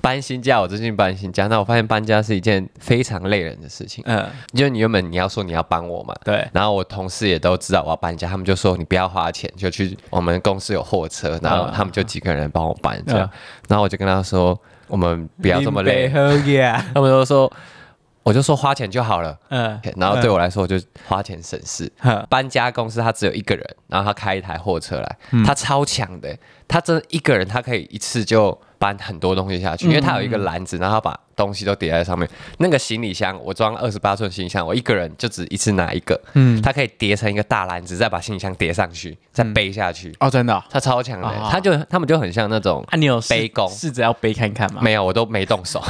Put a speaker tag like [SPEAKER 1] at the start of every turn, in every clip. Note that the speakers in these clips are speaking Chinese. [SPEAKER 1] 搬新家，我最近搬新家，那我发现搬家是一件非常累人的事 情。
[SPEAKER 2] 嗯，
[SPEAKER 1] 就你原本你要说你要帮我嘛，
[SPEAKER 2] 对，
[SPEAKER 1] 然后我同事也都知道我要搬家，他们就说你不要花钱，就去我们公司有货车，然后他们就几个人帮我搬这样。然后我就跟他说，我们不
[SPEAKER 2] 不
[SPEAKER 1] 要这么累。
[SPEAKER 2] 喝 呀，
[SPEAKER 1] 他们都说，我就说花钱就好了。
[SPEAKER 2] 嗯，
[SPEAKER 1] 然后对我来说，我就花钱省事。
[SPEAKER 2] 哼，
[SPEAKER 1] 搬家公司他只有一个人，然后他开一台货车来，
[SPEAKER 2] 嗯
[SPEAKER 1] 他超强的，他真的一个人他可以一次就搬很多东西下
[SPEAKER 2] 嗯
[SPEAKER 1] 去，因为他有一个篮子，然后他把东西都叠在上面。那个行李箱我装二十八寸行李箱，我一个人就只一次拿一个，
[SPEAKER 2] 嗯，
[SPEAKER 1] 他可以叠成一个大篮子，再把行李箱叠上去，再背下去，
[SPEAKER 2] 哦，真的哦，
[SPEAKER 1] 他超强的，
[SPEAKER 2] 啊
[SPEAKER 1] 他就他们就很像那种。
[SPEAKER 2] 啊，你有试
[SPEAKER 1] 背弓
[SPEAKER 2] 试着要背看看吗？
[SPEAKER 1] 没有，我都没动 手，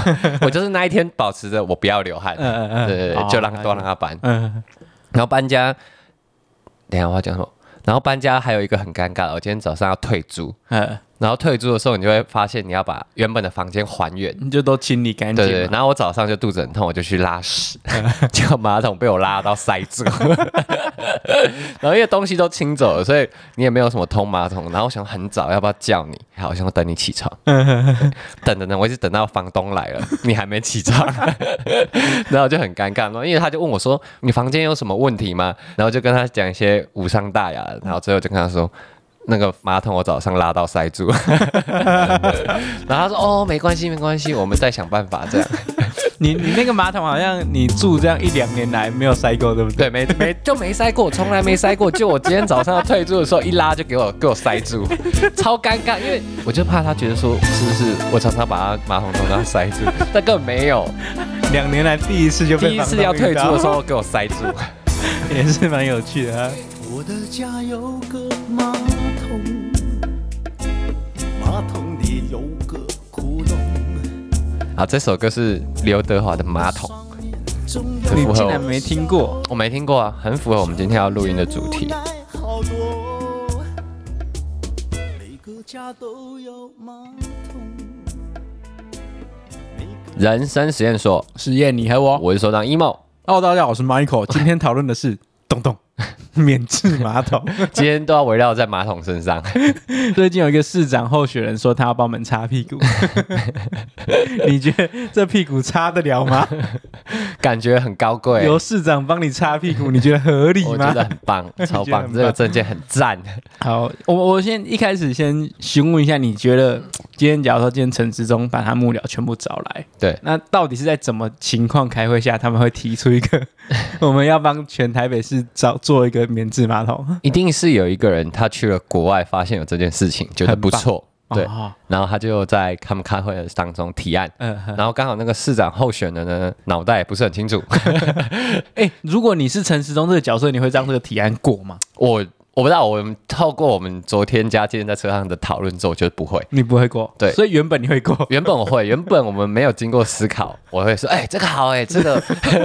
[SPEAKER 1] 我就是那一天保持着我不要流汗，
[SPEAKER 2] 嗯嗯嗯
[SPEAKER 1] 对对对
[SPEAKER 2] 哦
[SPEAKER 1] 就让
[SPEAKER 2] 了解
[SPEAKER 1] 多让他搬。
[SPEAKER 2] 嗯，
[SPEAKER 1] 然后搬家，等一下我要讲什么？然后搬家还有一个很尴尬的，我今天早上要退租，
[SPEAKER 2] 嗯，
[SPEAKER 1] 然后退租的时候，你就会发现你要把原本的房间还原。
[SPEAKER 2] 你就都清理干净
[SPEAKER 1] 对对，
[SPEAKER 2] 嘛，
[SPEAKER 1] 然后我早上就肚子很痛，我就去拉屎， 结果马桶被我拉到塞住， 然后因为东西都清走了，所以你也没有什么通马桶。然后我想很早要不要叫你，好我想说等你起 床，等等等，我一直等到房东来了，你还没起床， 然后我就很尴尬，然后因为他就问我说你房间有什么问题吗？然后就跟他讲一些无伤大雅的，然后最后就跟他说。那个马桶我早上拉到塞 住， 然后他说哦没关系没关系，我们再想办法这 样。
[SPEAKER 2] 你你那个马桶好像你住这样一两年来没有塞过，对不
[SPEAKER 1] 对，
[SPEAKER 2] 对？
[SPEAKER 1] 没没就没塞过，从来没塞过。就我今天早上要退租的时候，一拉就给我给我塞住， 超尴尬，因为我就怕他觉得说是不是我常常把他马桶桶给他塞住， 但根本没有。
[SPEAKER 2] 两年来第一次就被
[SPEAKER 1] 第一次要退租的时候给我塞住，
[SPEAKER 2] 候，也是蛮有趣的啊。
[SPEAKER 3] 我的家有个马桶，马桶里有个窟窿，
[SPEAKER 1] 好，这首歌是刘德华的《马桶》，
[SPEAKER 3] 上面总
[SPEAKER 1] 很符
[SPEAKER 2] 你
[SPEAKER 1] 合
[SPEAKER 2] 竟然
[SPEAKER 1] 我，
[SPEAKER 2] 没听过？
[SPEAKER 1] 我没听过啊，很符合我们今天要录音的
[SPEAKER 3] 有
[SPEAKER 1] 主题。。
[SPEAKER 3] 好多，每个家都有马桶。每个
[SPEAKER 1] 人生实验所，
[SPEAKER 2] 实验你和我。
[SPEAKER 1] 我是说当 emo，
[SPEAKER 2] 哦，大家好，我是 Michael，今天讨论的是 洞洞免治马桶。
[SPEAKER 1] 今天都要围绕在马桶身上。
[SPEAKER 2] 最近有一个市长候选人说他要帮我们擦屁 股，你觉得这屁股擦得了 吗？
[SPEAKER 1] 感觉很高贵，
[SPEAKER 2] 由市长帮你擦屁股，你觉得合理
[SPEAKER 1] 我觉
[SPEAKER 2] 吗？
[SPEAKER 1] 得很 棒，超
[SPEAKER 2] 觉得
[SPEAKER 1] 棒，
[SPEAKER 2] 很
[SPEAKER 1] 这个
[SPEAKER 2] 棒
[SPEAKER 1] 证件很赞。
[SPEAKER 2] 好，我我先一开始先询问一下，你觉得今天假如说今天陈志忠把他幕僚全部找来，
[SPEAKER 1] 对
[SPEAKER 2] 那到底是在怎么情况开会下他们会提出一个 我们要帮全台北市找做一个免治马桶？
[SPEAKER 1] 一定是有一个人他去了国外，发现有这件事情，觉得不错，对，
[SPEAKER 2] 哦
[SPEAKER 1] 然后他就在他们开会的当中提案。
[SPEAKER 2] 嗯哼，
[SPEAKER 1] 然后刚好那个市长候选人呢，脑袋也不是很清楚。
[SPEAKER 2] 哎、如果你是陈时中这个角色，你会让这个提案过吗？
[SPEAKER 1] 我我不知道，我们透过我们昨天加今天在车上的讨论之后，我觉得不会。
[SPEAKER 2] 你不会过，
[SPEAKER 1] 对
[SPEAKER 2] 所以原本你会过，
[SPEAKER 1] 原本我会， 原本我们没有经过思考，我会说，哎、这个好、哎，这个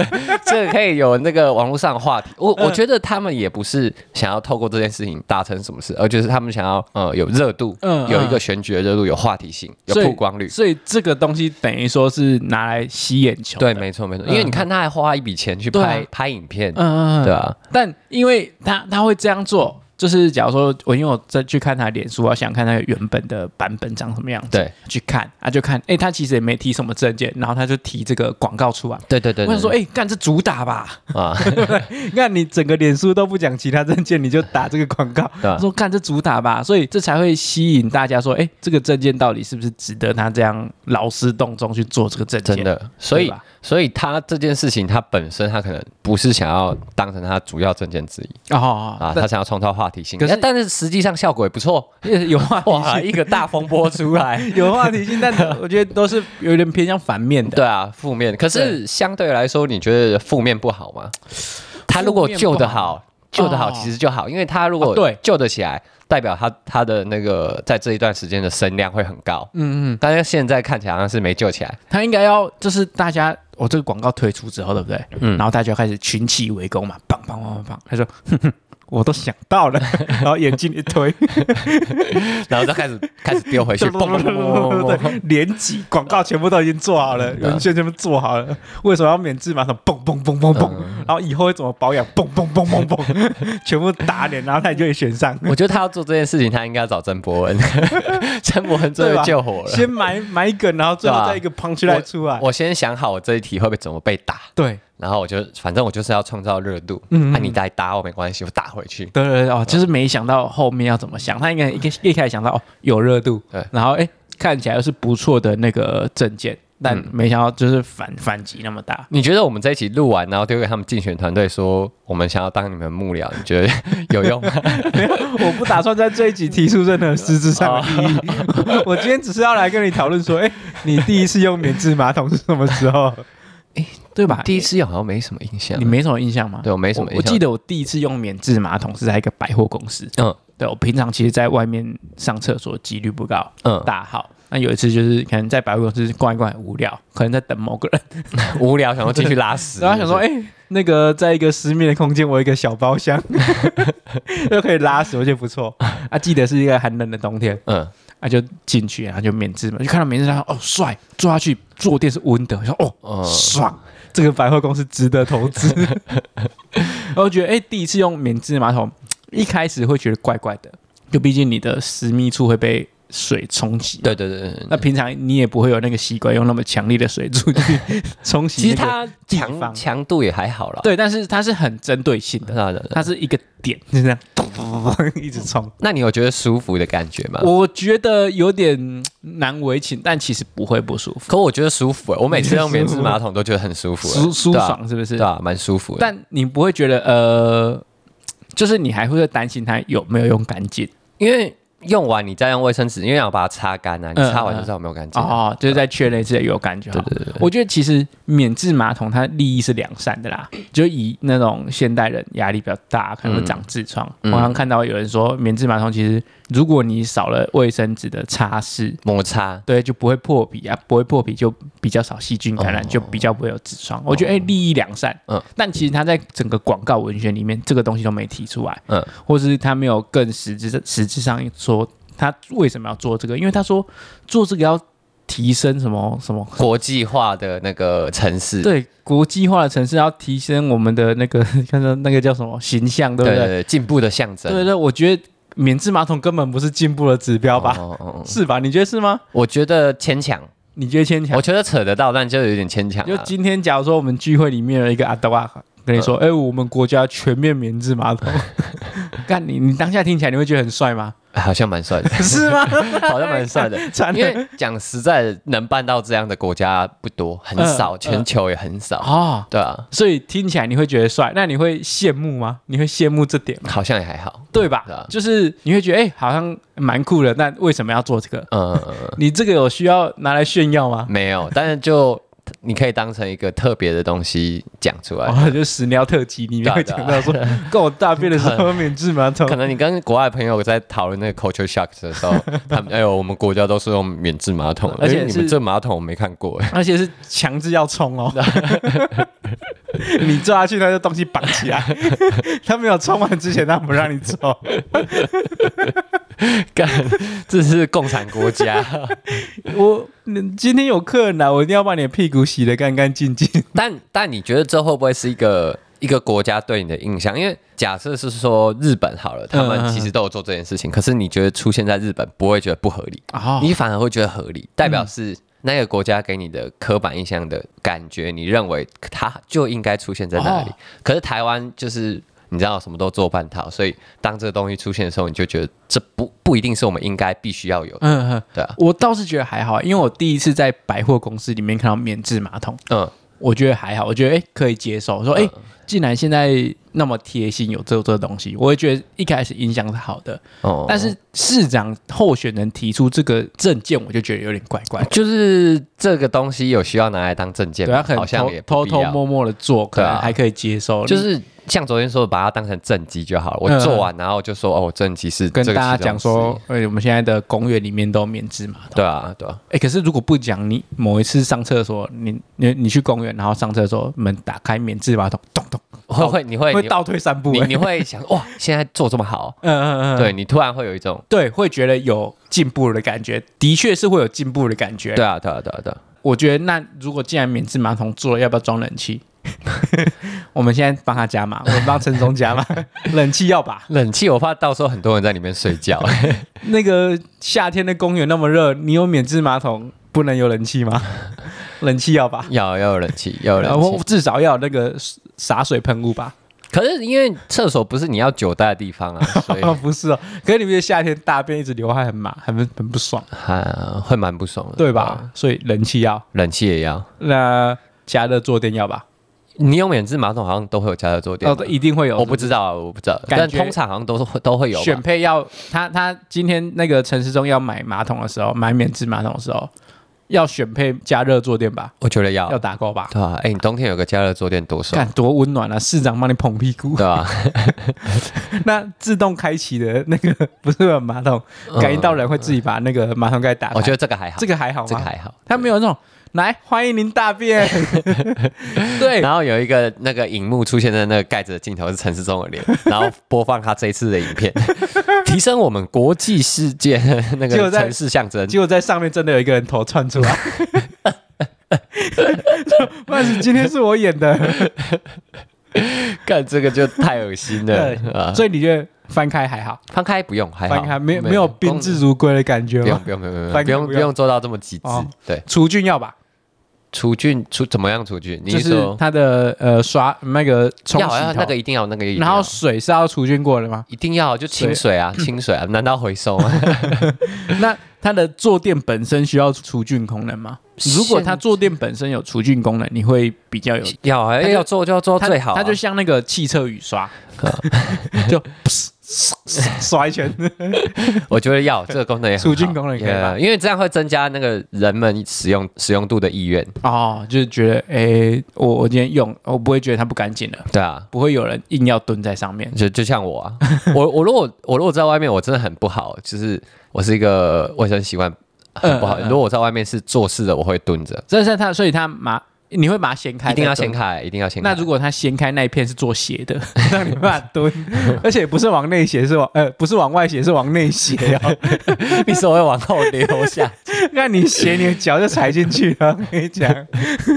[SPEAKER 1] 这个可以有那个网络上的话题。我
[SPEAKER 2] 嗯
[SPEAKER 1] 我觉得他们也不是想要透过这件事情达成什么事，而就是他们想要呃有热度，
[SPEAKER 2] 嗯
[SPEAKER 1] 有一个选举的热度，有话题性，有
[SPEAKER 2] 所以
[SPEAKER 1] 曝光率。
[SPEAKER 2] 所以这个东西等于说是拿来吸眼球
[SPEAKER 1] 对，
[SPEAKER 2] 的，
[SPEAKER 1] 没错没错，
[SPEAKER 2] 嗯
[SPEAKER 1] 因为你看他还花一笔钱去
[SPEAKER 2] 对啊
[SPEAKER 1] 拍、拍影片，
[SPEAKER 2] 嗯嗯嗯，
[SPEAKER 1] 对啊，
[SPEAKER 2] 但因为他他会这样做，就是假如说我因为我再去看他的脸书，我想看他原本的版本长什么样子，
[SPEAKER 1] 对
[SPEAKER 2] 去看啊就看，哎、他其实也没提什么证件，然后他就提这个广告出来。
[SPEAKER 1] 对对对，
[SPEAKER 2] 我想说，
[SPEAKER 1] 对
[SPEAKER 2] 哎、干这主 打吧？
[SPEAKER 1] 啊，
[SPEAKER 2] 你看你整个脸书都不讲其他证件，你就打这个广告。
[SPEAKER 1] 对啊
[SPEAKER 2] 他说干这主打吧，所以这才会吸引大家说，哎、这个证件到底是不是值得他这样劳师动众去做这个证件？
[SPEAKER 1] 真，的，所以
[SPEAKER 2] 对吧
[SPEAKER 1] 所以他这件事情，他本身他可能不是想要当成他主要证件之一
[SPEAKER 2] 哦哦，
[SPEAKER 1] 啊，
[SPEAKER 2] 但
[SPEAKER 1] 他想要创造话题性，
[SPEAKER 2] 可是
[SPEAKER 1] 哎但是实际上效果也不错，
[SPEAKER 2] 有话题
[SPEAKER 1] 哇，
[SPEAKER 2] 性
[SPEAKER 1] 一个大风波出来。
[SPEAKER 2] 有话题性，但我觉得都是有点偏向反面的。
[SPEAKER 1] 对啊，负面。可是相对来说，你觉得负面不好吗？他如果救得好，救得好
[SPEAKER 2] 哦
[SPEAKER 1] 其实就好，因为他如果
[SPEAKER 2] 哦对
[SPEAKER 1] 救得起来，代表他他的那个在这一段时间的声量会很高。嗯嗯。但是现在看起来好像是没救起来。
[SPEAKER 2] 他应该要就是大家，我、这个广告推出之后，对不对？
[SPEAKER 1] 嗯
[SPEAKER 2] 然后大家就开始群起围攻嘛，棒棒棒棒棒。他说：“哼哼， 我都想到 了，然后眼睛一推，
[SPEAKER 1] 然后就开始 开始丢 回去，蹦蹦蹦蹦蹦蹦蹦。啊
[SPEAKER 2] 对，连挤广告全部都已经做好了，文宣全部做好了，为什么要免治马桶？嘣嘣嘣嘣嘣，
[SPEAKER 1] 嗯
[SPEAKER 2] 然后以后会怎么保养？嘣嘣嘣嘣嘣， 全部打脸，然后他也就会选上。
[SPEAKER 1] 我觉得他要做这件事情，他应该找郑博 文，郑博文最
[SPEAKER 2] 对吧
[SPEAKER 1] 会救火了。
[SPEAKER 2] 先埋埋梗，然后最后再一个 punch line 出来。
[SPEAKER 1] 我先想好我这一题会被怎么被打，
[SPEAKER 2] 对
[SPEAKER 1] 然后我就反正我就是要创造热度，
[SPEAKER 2] 嗯
[SPEAKER 1] 嗯，啊你来打我没关系，我打回去。
[SPEAKER 2] 对对对哦，就是没想到后面要怎么想，他应 该一个一开始想到哦有热度，
[SPEAKER 1] 对
[SPEAKER 2] 然后哎看起来又是不错的那个证件，但没想到就是反反击那么大。
[SPEAKER 1] 你觉得我们这一期录完，然后丢给他们竞选团队说，我们想要当你们幕僚，你觉得有 用吗？
[SPEAKER 2] 没有， 我不打算在这一集提出任何实质上的意义。 我今天只是要来跟你讨论说，哎、你第一次用免治马桶是什么时候？ 哎、对吧？
[SPEAKER 1] 第一次好像没什么印象
[SPEAKER 2] 你，没什么印象吗？
[SPEAKER 1] 对我没什么
[SPEAKER 2] 我。
[SPEAKER 1] 印
[SPEAKER 2] 我
[SPEAKER 1] 象
[SPEAKER 2] 记得我第一次用免治马桶是在一个百货公司。
[SPEAKER 1] 嗯
[SPEAKER 2] 对我平常其实在外面上厕所几率不高，
[SPEAKER 1] 嗯，
[SPEAKER 2] 大号。那有一次就是可能在百货公司逛一逛很无聊，可能在等某个人，
[SPEAKER 1] 无聊，想要进去拉屎，
[SPEAKER 2] 然后想说，哎、那个在一个私密的空间，我有一个小包厢， 又可以拉屎，我觉得不错。啊，记得是一个寒冷的冬天，
[SPEAKER 1] 嗯，
[SPEAKER 2] 啊，就进去，然后就免治嘛，就看到免治，然后哦帅，坐下去坐垫是温的，我说哦、
[SPEAKER 1] 嗯
[SPEAKER 2] 爽，这个百货公司值得投 资。然后我觉得哎、第一次用免治马桶，一开始会觉得怪怪的，就毕竟你的私密处会被水冲洗。
[SPEAKER 1] 对对对对
[SPEAKER 2] 那
[SPEAKER 1] 对。
[SPEAKER 2] 平常你也不会有那个习惯用那么强力的水柱去冲洗、
[SPEAKER 1] 其
[SPEAKER 2] 那
[SPEAKER 1] 实
[SPEAKER 2] 个
[SPEAKER 1] 它
[SPEAKER 2] 地方
[SPEAKER 1] 强强度也还好啦。
[SPEAKER 2] 对，但是它是很针对性
[SPEAKER 1] 对
[SPEAKER 2] 的，
[SPEAKER 1] 对对对
[SPEAKER 2] 它是一个点，就这样咚咚咚咚一直冲。
[SPEAKER 1] 那你有觉得舒服的感觉吗？
[SPEAKER 2] 我觉得有点嗯难为情，但其实不会不舒服，
[SPEAKER 1] 可我觉得舒服欸，我每次用免治马桶都觉得很舒服欸，
[SPEAKER 2] 舒舒
[SPEAKER 1] 对啊
[SPEAKER 2] 爽是不是？
[SPEAKER 1] 对啊，蛮舒服的。
[SPEAKER 2] 但你不会觉得呃，就是你还会担心它有没有用干净
[SPEAKER 1] 因为用完你再用卫生纸，因为要把它擦干啊，你
[SPEAKER 2] 嗯
[SPEAKER 1] 擦完就知道有没有干净。啊
[SPEAKER 2] 哦，就是在确认一次有干就好。
[SPEAKER 1] 对对对
[SPEAKER 2] 我觉得其实免治马桶它利益是良善的啦，就以那种现代人压力比较大，可能会长痔疮。
[SPEAKER 1] 嗯
[SPEAKER 2] 我刚刚看到有人说，免治马桶其实如果你少了卫生纸的擦拭，
[SPEAKER 1] 摩 擦，
[SPEAKER 2] 对，就不会破皮啊，不会破皮就比较少细菌感染，
[SPEAKER 1] 哦
[SPEAKER 2] 就比较不会有痔疮。我觉得哎、利益良善，嗯
[SPEAKER 1] 嗯，
[SPEAKER 2] 但其实他在整个广告文宣里面这个东西都没提出来，嗯
[SPEAKER 1] 嗯，
[SPEAKER 2] 或是他没有更实质实质上说他为什么要做这个，因为他说做这个要提升什么什么。
[SPEAKER 1] 国际化的那个城市，
[SPEAKER 2] 对国际化的城市要提升我们的那个， 看到那个叫什么形象，对
[SPEAKER 1] 对
[SPEAKER 2] 不
[SPEAKER 1] 对对，
[SPEAKER 2] 对？
[SPEAKER 1] 进步的象征。
[SPEAKER 2] 对对，我觉得免治马桶根本不是进步的指标吧？
[SPEAKER 1] 哦哦哦
[SPEAKER 2] 是吧？你觉得是吗？
[SPEAKER 1] 我觉得牵强，
[SPEAKER 2] 你觉得牵强？
[SPEAKER 1] 我觉得扯得到，但就有点牵强啊。
[SPEAKER 2] 就今天，假如说我们聚会里面有一个阿德瓦跟你说：“哎、我们国家全面免治马桶。” 干你，你当下听起来你会觉得很帅吗？
[SPEAKER 1] 好像蛮帅的，
[SPEAKER 2] 是吗？
[SPEAKER 1] 好像蛮帅的。
[SPEAKER 2] 惨
[SPEAKER 1] 因
[SPEAKER 2] 了
[SPEAKER 1] 为讲实在的，能办到这样的国家不多，很少，全球也很少。
[SPEAKER 2] 哦，
[SPEAKER 1] 对啊，
[SPEAKER 2] 所以听起来你会觉得帅，那你会羡慕吗？你会羡慕这点吗？
[SPEAKER 1] 好像也还好。
[SPEAKER 2] 对吧？
[SPEAKER 1] 是啊
[SPEAKER 2] 就是你会觉得哎、好像蛮酷的，但为什么要做这个？
[SPEAKER 1] 嗯，嗯嗯
[SPEAKER 2] 你这个有需要拿来炫耀吗？
[SPEAKER 1] 没有，但是就你可以当成一个特别的东西讲出来。
[SPEAKER 2] 哦，就屎尿特辑里面会
[SPEAKER 1] 对啊
[SPEAKER 2] 讲
[SPEAKER 1] 对啊
[SPEAKER 2] 到说，跟我大便的时候免治马桶
[SPEAKER 1] 可，能你跟国外朋友在讨论那个 culture shock 的 时候，他们哎呦，我们国家都是用免治马桶，
[SPEAKER 2] 而且
[SPEAKER 1] 哎你
[SPEAKER 2] 是
[SPEAKER 1] 们这马桶我没看过，哎
[SPEAKER 2] 而且是强制要冲哦。 你坐下去，他就东西绑起来。 他没有冲完之前，他不让你走。
[SPEAKER 1] 干， 这是共产国家。
[SPEAKER 2] 我嗯今天有客人来，我一定要把你的屁股洗得干干净净。
[SPEAKER 1] 但但你觉得这会不会是一个一个国家对你的印象？因为假设是说日本好了，他
[SPEAKER 2] 嗯嗯嗯
[SPEAKER 1] 们其实都有做这件事情，可是你觉得出现在日本不会觉得不合理，
[SPEAKER 2] 哦
[SPEAKER 1] 你反而会觉得合理，代表是。那个国家给你的刻板印象的感觉，你认为它就应该出现在那里？
[SPEAKER 2] 哦
[SPEAKER 1] 可是台湾就是你知道什么都做半套，所以当这个东西出现的时候，你就觉得嗯这不不一定是我们应该必须要有的，
[SPEAKER 2] 嗯，嗯
[SPEAKER 1] 对啊，
[SPEAKER 2] 我倒是觉得还好，因为我第一次在百货公司里面看到免治马桶，
[SPEAKER 1] 嗯，
[SPEAKER 2] 我觉得还好，我觉得哎、诶可以接受。我说哎、诶既然现在那么贴心有这这东西，我会觉得一开始印象是好的。
[SPEAKER 1] 哦
[SPEAKER 2] 但是市长候选人提出这个证件，我就觉得有点怪怪的。
[SPEAKER 1] 就是这个东西有需要拿来当证件
[SPEAKER 2] 对
[SPEAKER 1] 吗，
[SPEAKER 2] 他可能
[SPEAKER 1] 好像
[SPEAKER 2] 偷
[SPEAKER 1] 也不
[SPEAKER 2] 偷
[SPEAKER 1] 必
[SPEAKER 2] 偷
[SPEAKER 1] 要
[SPEAKER 2] 摸摸的做，可
[SPEAKER 1] 对啊
[SPEAKER 2] 能还可以接受。
[SPEAKER 1] 就是像昨天说的，把它当成正机就好了。
[SPEAKER 2] 嗯
[SPEAKER 1] 我做完，然后就说哦，我正机是
[SPEAKER 2] 跟
[SPEAKER 1] 这个
[SPEAKER 2] 大家
[SPEAKER 1] 其中
[SPEAKER 2] 讲说，哎，我们现在的公园里面都免治马
[SPEAKER 1] 之一，
[SPEAKER 2] 桶。
[SPEAKER 1] 对啊，对啊，
[SPEAKER 2] 哎，可是如果不讲，你某一次上厕所，你你你去公园，然后上厕所门打开免治马桶，咚咚，
[SPEAKER 1] 会会你会
[SPEAKER 2] 会
[SPEAKER 1] 你
[SPEAKER 2] 倒退三步、
[SPEAKER 1] 你
[SPEAKER 2] 欸
[SPEAKER 1] 你会想哇，现在做这么好，
[SPEAKER 2] 嗯嗯嗯，
[SPEAKER 1] 对你突然会有一种
[SPEAKER 2] 对，会觉得有进步的感觉，的确是会有进步的感觉。
[SPEAKER 1] 对，啊对啊对啊对啊，
[SPEAKER 2] 我觉得那如果既然免治马桶做了，要不要装冷气？ 我们现在帮他加码，我们帮陈松 加码，冷气要吧？
[SPEAKER 1] 冷气我怕到时候很多人在里面睡觉，
[SPEAKER 2] 那个夏天的公园那么热，你有免治马桶不能有冷 气吗？冷气要吧？
[SPEAKER 1] 要要有冷气要有
[SPEAKER 2] 然
[SPEAKER 1] 冷
[SPEAKER 2] 后
[SPEAKER 1] 气，
[SPEAKER 2] 至少要有那个洒水喷雾吧？
[SPEAKER 1] 可是因为厕所不是你要久待的地方 啊，所以
[SPEAKER 2] 哦，不是哦，可是你不觉得夏天大便一直流汗很麻，很很不爽，
[SPEAKER 1] 啊会蛮不爽的，
[SPEAKER 2] 对吧？？所以冷气要，
[SPEAKER 1] 冷气也要，
[SPEAKER 2] 那加热坐垫要吧？
[SPEAKER 1] 你用免治马桶好像都会有加热坐垫
[SPEAKER 2] 哦
[SPEAKER 1] 吧，，
[SPEAKER 2] 一定会有，
[SPEAKER 1] 我不知道啊，我不知道，
[SPEAKER 2] 感
[SPEAKER 1] 但
[SPEAKER 2] 觉
[SPEAKER 1] 通常好像都是会都会有吧
[SPEAKER 2] 选配要他他今天那个陈世忠要买马桶的时候，买免治马桶的时候，要选配加热坐垫吧，
[SPEAKER 1] 我觉得要
[SPEAKER 2] 要打勾吧，
[SPEAKER 1] 对啊，哎，你冬天有个加热坐垫多爽，
[SPEAKER 2] 看多温暖啊！市长帮你捧屁股，
[SPEAKER 1] 对啊 吧？
[SPEAKER 2] 那自动开启的那个不是有马桶，感应到人会自己把那个马桶盖打开。
[SPEAKER 1] 嗯我觉得这个还好，啊
[SPEAKER 2] 这个还好吗？
[SPEAKER 1] 这个还好。
[SPEAKER 2] 他没有那种来欢迎您 大便，对。
[SPEAKER 1] 然后有一个那个荧幕出现在那个盖子的镜头是陈世忠的 脸，然后播放他这一次的影片，提升我们国际世界的那
[SPEAKER 2] 结
[SPEAKER 1] 个
[SPEAKER 2] 果在
[SPEAKER 1] 城市象征。
[SPEAKER 2] 结果在上面真的有一个人头窜 出来，万是今天是我演的，
[SPEAKER 1] 嗯干这个就太恶心了
[SPEAKER 2] 对
[SPEAKER 1] 啊！
[SPEAKER 2] 所以你觉得翻开还好？
[SPEAKER 1] 翻开不用，还好
[SPEAKER 2] 翻开没有没有宾至如归的感觉
[SPEAKER 1] 不用
[SPEAKER 2] 吗？
[SPEAKER 1] 不用不用不用
[SPEAKER 2] 翻开
[SPEAKER 1] 不用
[SPEAKER 2] 不
[SPEAKER 1] 不
[SPEAKER 2] 用
[SPEAKER 1] 用做到这么极致
[SPEAKER 2] 哦。
[SPEAKER 1] 对，
[SPEAKER 2] 除菌要吧，
[SPEAKER 1] 除菌除怎么样除菌？你
[SPEAKER 2] 就是是
[SPEAKER 1] 说
[SPEAKER 2] 它的呃刷那个冲洗
[SPEAKER 1] 要要那
[SPEAKER 2] 头
[SPEAKER 1] 个，一定要那个一定要，
[SPEAKER 2] 然后水是要除菌过的吗？
[SPEAKER 1] 一定要就清水啊清水啊，难道回收 吗？
[SPEAKER 2] 那它的坐垫本身需要除菌功能吗？
[SPEAKER 1] 现
[SPEAKER 2] 如果它坐垫本身有除菌功能，你会比较有
[SPEAKER 1] 要啊
[SPEAKER 2] 它就
[SPEAKER 1] 要做就要做到
[SPEAKER 2] 它
[SPEAKER 1] 最好啊，
[SPEAKER 2] 它就像那个汽车雨刷， 就刷 一圈。
[SPEAKER 1] 我觉得要这个功能也很好
[SPEAKER 2] 除菌功能可以吧
[SPEAKER 1] Yeah，因为这样会增加那个人们使用使用度的意愿。
[SPEAKER 2] 哦，就是觉得诶，我我今天用，我不会觉得它不干净了，
[SPEAKER 1] 对啊，
[SPEAKER 2] 不会有人硬要蹲在上面。
[SPEAKER 1] 就就像我 啊，我我如果我如果在外面，我真的很不好，就是我是一个卫生习惯很不好。
[SPEAKER 2] 嗯嗯嗯
[SPEAKER 1] 如果我在外面是做事的，我会蹲着，
[SPEAKER 2] 这是它，所以它麻，你会把它掀开，
[SPEAKER 1] 一定要
[SPEAKER 2] 再蹲
[SPEAKER 1] 掀开，一定要掀开。
[SPEAKER 2] 那如果它掀开那一片是做斜 的，让你没办法蹲，而且不是往内斜，是往呃不是往外斜，是往内斜哦。
[SPEAKER 1] 你手会往后溜下，
[SPEAKER 2] 那你斜，你的脚就踩进去了。我跟你讲，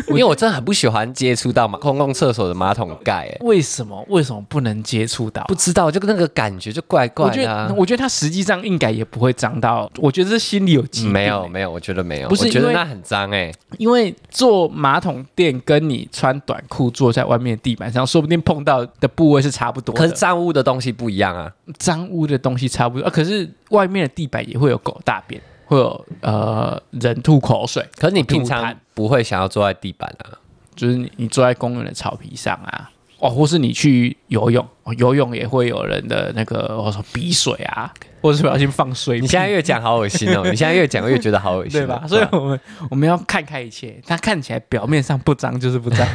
[SPEAKER 1] 因为我真的很不喜欢接触到马公共厕所的马桶盖、欸，
[SPEAKER 2] 为什么为什么不能接触到
[SPEAKER 1] 不？知道就那个感觉就怪怪
[SPEAKER 2] 我觉
[SPEAKER 1] 的、
[SPEAKER 2] 得
[SPEAKER 1] 啊。
[SPEAKER 2] 我觉得它实际上应该也不会脏到，我觉得是心里有疾病、
[SPEAKER 1] 嗯没有，没有，我觉得没有，
[SPEAKER 2] 不是
[SPEAKER 1] 我觉
[SPEAKER 2] 因
[SPEAKER 1] 得
[SPEAKER 2] 为
[SPEAKER 1] 那很脏哎、
[SPEAKER 2] 因为坐马桶垫跟你穿短裤坐在外面的地板上，说不定碰到的部位是差不多的。
[SPEAKER 1] 可是脏污的东西不一样啊。
[SPEAKER 2] 脏污的东西差不多、啊，可是外面的地板也会有狗大便，会有呃人吐口水，
[SPEAKER 1] 可是你平
[SPEAKER 2] 吐
[SPEAKER 1] 常
[SPEAKER 2] 痰
[SPEAKER 1] 不会想要坐在地板 啊？
[SPEAKER 2] 就是你你坐在公园的草皮上啊，哦，或是你去游泳，哦、游泳也会有人的那个我说鼻水啊，或者是不小心放水
[SPEAKER 1] 你
[SPEAKER 2] 屁，
[SPEAKER 1] 现在越讲好恶 心哦！你现在越讲越觉得好恶心
[SPEAKER 2] 对啊
[SPEAKER 1] 哦，
[SPEAKER 2] 吧？所以我们我们要看开一切，它看起来表面上不脏就是不脏，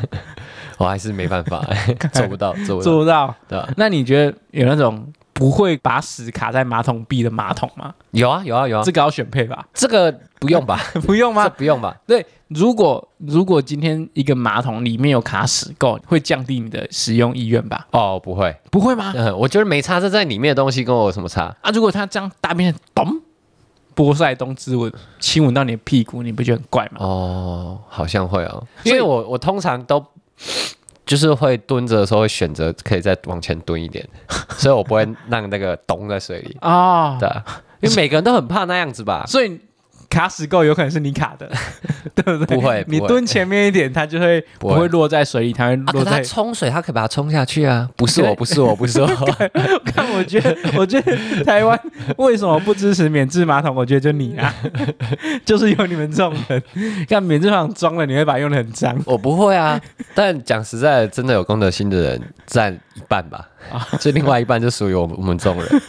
[SPEAKER 1] 我还是没办法，做不到，做不到，
[SPEAKER 2] 做不到。
[SPEAKER 1] 对吧？
[SPEAKER 2] 那你觉得有那种不会把屎卡在马桶壁的马桶吗？
[SPEAKER 1] 有啊，有啊，有啊，这
[SPEAKER 2] 这个要选配吧？
[SPEAKER 1] 这个不用吧？
[SPEAKER 2] 不用吗
[SPEAKER 1] 这？不用吧？
[SPEAKER 2] 对，如果如果今天一个马桶里面有卡屎垢，会降低你的使用意愿吧？
[SPEAKER 1] 哦，不会，
[SPEAKER 2] 不会吗？
[SPEAKER 1] 嗯，我觉得没差，这在里面的东西跟我有什么差？
[SPEAKER 2] 啊，如果它这样大便咚，波塞冬之吻亲吻到你的屁股，你不觉得很怪吗？
[SPEAKER 1] 哦，好像会哦，
[SPEAKER 2] 所以
[SPEAKER 1] 因为我我通常都 就是会蹲着的时候会选择可以再往前蹲一点，所以我不会 让那个咚在水里，
[SPEAKER 2] 啊、
[SPEAKER 1] 对啊，因为每个人都很怕那样子吧？
[SPEAKER 2] 所以卡屎垢有可能是你卡 的，对不对？
[SPEAKER 1] 不会不会
[SPEAKER 2] 你蹲前面一点，它就会
[SPEAKER 1] 不
[SPEAKER 2] 不
[SPEAKER 1] 会
[SPEAKER 2] 会落在水里，它会
[SPEAKER 1] 啊，可
[SPEAKER 2] 落
[SPEAKER 1] 是他
[SPEAKER 2] 在。
[SPEAKER 1] 冲水，他可以把它冲下去啊！不是我，不 是我，不是我，
[SPEAKER 2] 看，我觉得， 我觉得台湾为什么不支持免治马桶？我觉得就你 啊，就是有你们这种人，看免治马桶装了，你会把它用的很脏。
[SPEAKER 1] 我不会啊。但讲实在的，真的有公德心的人占一半吧，所以另外一半就属于我们我们这种 人。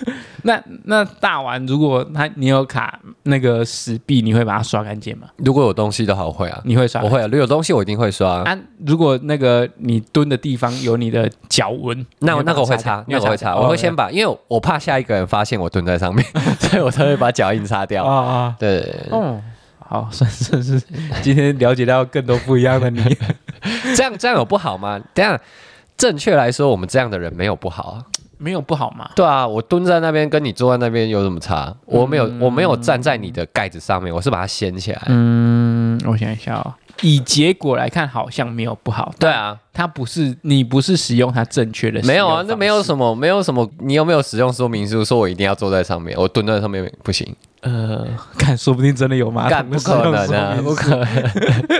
[SPEAKER 2] 那那大丸，如果他你有卡那个石壁，你会把它刷干净吗？
[SPEAKER 1] 如果有东西的话，我会啊，
[SPEAKER 2] 你会刷？
[SPEAKER 1] 我。会啊。如果有东西，我一定会刷。
[SPEAKER 2] 啊，如果那个你蹲的地方有你的脚纹，
[SPEAKER 1] 那我
[SPEAKER 2] 你
[SPEAKER 1] 那个我会
[SPEAKER 2] 把它
[SPEAKER 1] 擦
[SPEAKER 2] 掉，哦
[SPEAKER 1] 那个我会擦，我会先把，因为我怕下一个人发现我蹲在上面， 所以我才会把脚印擦
[SPEAKER 2] 啊
[SPEAKER 1] 掉。
[SPEAKER 2] 啊，
[SPEAKER 1] 对对，对
[SPEAKER 2] 哦，好，算算是 今天了解到更多不一样的你。
[SPEAKER 1] 对这样这样有不好吗？等一下。正确来说，我们这样的人没有不好啊。
[SPEAKER 2] 没有不好嘛。
[SPEAKER 1] 对啊，我蹲在那边跟你坐在那边有什么差？
[SPEAKER 2] 嗯
[SPEAKER 1] 我没有，我没有站在你的盖子上面，我是把它掀起来。
[SPEAKER 2] 嗯，我想一下哦，以结果来看，好像没有不好。
[SPEAKER 1] 对，啊，
[SPEAKER 2] 它不是你不是使用它正确的，
[SPEAKER 1] 没有啊，那没有
[SPEAKER 2] 么。
[SPEAKER 1] 什么，没有什么。你有没有使用说明书说我一定要坐在上面？我蹲在上面不行，
[SPEAKER 2] 呃， 看，说啊 不定真的有马桶
[SPEAKER 1] 干不可能啊的，不 可能。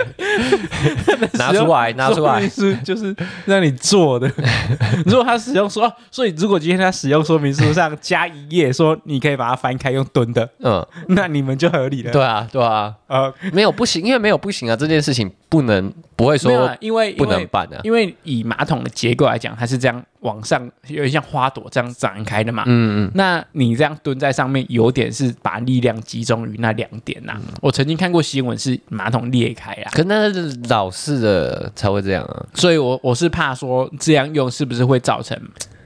[SPEAKER 1] 拿出来，拿出来。
[SPEAKER 2] 是就是让你做的。 如果他使用说，哦所以如果今天他使用说明书上加一页，说你可以把它翻开用蹲的，
[SPEAKER 1] 嗯，
[SPEAKER 2] 那你们就合理了。
[SPEAKER 1] 对啊，对啊，
[SPEAKER 2] 呃，
[SPEAKER 1] 没有不行，因为没有不行啊，这件事情不能不会
[SPEAKER 2] 没有
[SPEAKER 1] 说
[SPEAKER 2] 啊因为
[SPEAKER 1] 不能。办
[SPEAKER 2] 因为
[SPEAKER 1] 啊。
[SPEAKER 2] 因为以马桶的结构来讲，它是这样往上，有点像花朵这样展开的嘛。
[SPEAKER 1] 嗯嗯，
[SPEAKER 2] 那你这样蹲在上面，有点是把力量集中于那两点呐、
[SPEAKER 1] 嗯
[SPEAKER 2] 我曾经看过新闻是马桶裂开啊，
[SPEAKER 1] 可那是老式的才会这样啊。
[SPEAKER 2] 所以我我是怕说这样用是不是会造成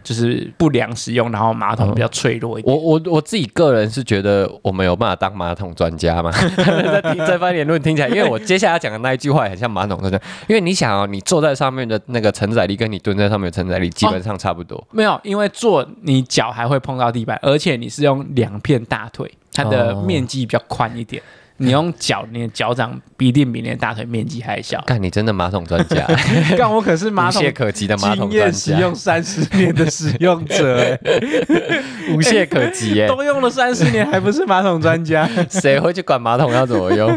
[SPEAKER 2] 就是不良使用，然后马桶比较脆弱一点。
[SPEAKER 1] 我我我自己个人是觉得我们有办法当马桶专家嘛？ 在听这番言论听起来，因为我接下来讲的那一句话也很像马桶专家，因为你想哦，你坐在上面的那个承载力跟你蹲在上面的承载力基本上差不多。
[SPEAKER 2] 没有，因为坐你脚还会碰到地板，而且你是用两片大腿，它的
[SPEAKER 1] 哦。
[SPEAKER 2] 面积比较宽一点。你用脚，你的脚掌必定比你的大腿面积还 小
[SPEAKER 1] 看你真的马桶专家，
[SPEAKER 2] 但我可是 马
[SPEAKER 1] 无
[SPEAKER 2] 桶
[SPEAKER 1] 懈可击的马
[SPEAKER 2] 经
[SPEAKER 1] 桶专
[SPEAKER 2] 验使
[SPEAKER 1] 家
[SPEAKER 2] 用，三十年的使用者、 欸，
[SPEAKER 1] 无懈可击耶、
[SPEAKER 2] 都用了三十年，还不是马桶专 家？
[SPEAKER 1] 谁会去管马桶要怎么 用？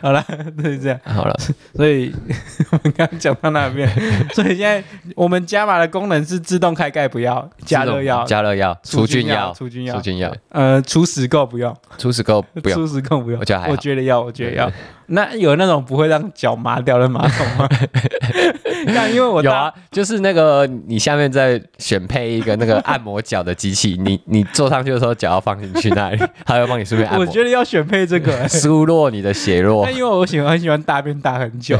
[SPEAKER 2] 好了，就是这样。
[SPEAKER 1] 好 了，
[SPEAKER 2] 所以 我们刚刚讲到那 边，所以现在我们加码的功能是自动开盖不要，加热要，
[SPEAKER 1] 加热药、除菌药、
[SPEAKER 2] 除菌药
[SPEAKER 1] 除菌药、
[SPEAKER 2] 呃，除死垢不用，
[SPEAKER 1] 除死垢不用。
[SPEAKER 2] 除死垢不用，
[SPEAKER 1] 我觉得还好
[SPEAKER 2] 我觉得要，我觉得要。那有那种不会让脚麻掉的马桶 吗？那因为我
[SPEAKER 1] 有
[SPEAKER 2] 大
[SPEAKER 1] 啊，，就是那个你下面再选配一个那个按摩脚的机器，你 你坐上去的时候脚要放进去那 里，它会帮你顺便按
[SPEAKER 2] 我
[SPEAKER 1] 摩，
[SPEAKER 2] 觉得哎要选配这个、欸
[SPEAKER 1] 疏落你的血络
[SPEAKER 2] 那。因为 我喜欢很喜欢大便大很久，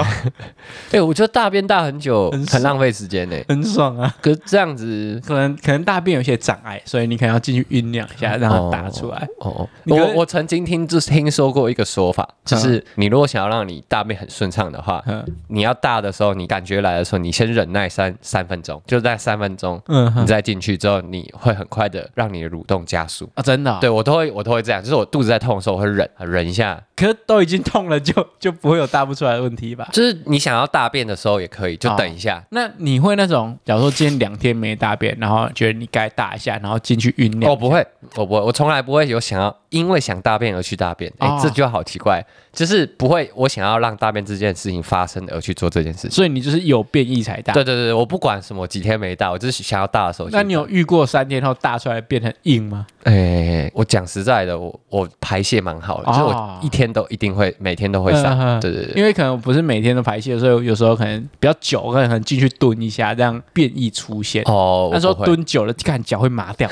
[SPEAKER 1] 哎、我觉得大便大很久
[SPEAKER 2] 很
[SPEAKER 1] 很浪费时间呢、
[SPEAKER 2] 很爽啊。
[SPEAKER 1] 可是这样子，
[SPEAKER 2] 可能可能大便有些障碍，所以你可能要进去酝酿一下，让它打出来。
[SPEAKER 1] 哦，
[SPEAKER 2] 你啊可
[SPEAKER 1] 我
[SPEAKER 2] 是
[SPEAKER 1] 我曾经听就是听说过一个说法，就是你如果想要让你大便很顺畅的话，
[SPEAKER 2] 嗯
[SPEAKER 1] 你要大的时候，你感觉来的时候，你先忍耐三三分钟，就在三分钟，
[SPEAKER 2] 嗯哼
[SPEAKER 1] 你再进去之后，你会很快的让你的蠕动加速。
[SPEAKER 2] 啊，真的哦、
[SPEAKER 1] 对我都会，我都会这样，就是我肚子在痛的时候，我会忍忍一下。
[SPEAKER 2] 可是都已经痛了就，就 不会有大不出来的问题吧？
[SPEAKER 1] 就是你想要大便的时候也可以，就
[SPEAKER 2] 哦
[SPEAKER 1] 等一下。
[SPEAKER 2] 那你会那种，假如说今天两天没大便，然后觉得你该大一下，然后进去酝
[SPEAKER 1] 我、
[SPEAKER 2] 酿，
[SPEAKER 1] 不会，我不会，我从来不会有想要因为想大便而去大便。哎、
[SPEAKER 2] 哦
[SPEAKER 1] 这句话好奇怪，就是不会我想要让大便这件事情发生而去做这件事情。
[SPEAKER 2] 所以你就是有便意才大。
[SPEAKER 1] 对，对对，对我不管什么几天没大，我就是想要大的时候去大。
[SPEAKER 2] 啊那你有遇过三天后大出来变很硬吗？
[SPEAKER 1] 哎、我讲实在的，我我排泄蛮好的，
[SPEAKER 2] 哦
[SPEAKER 1] 就是我一天都一定会，每天都会上。
[SPEAKER 2] 嗯嗯嗯
[SPEAKER 1] 对对对，
[SPEAKER 2] 因为可能不是每天都排泄，所以有时候可能比较久，可能进去蹲一下，让便意出现。
[SPEAKER 1] 哦，
[SPEAKER 2] 那时候
[SPEAKER 1] 我不会
[SPEAKER 2] 蹲久了，看脚会麻掉，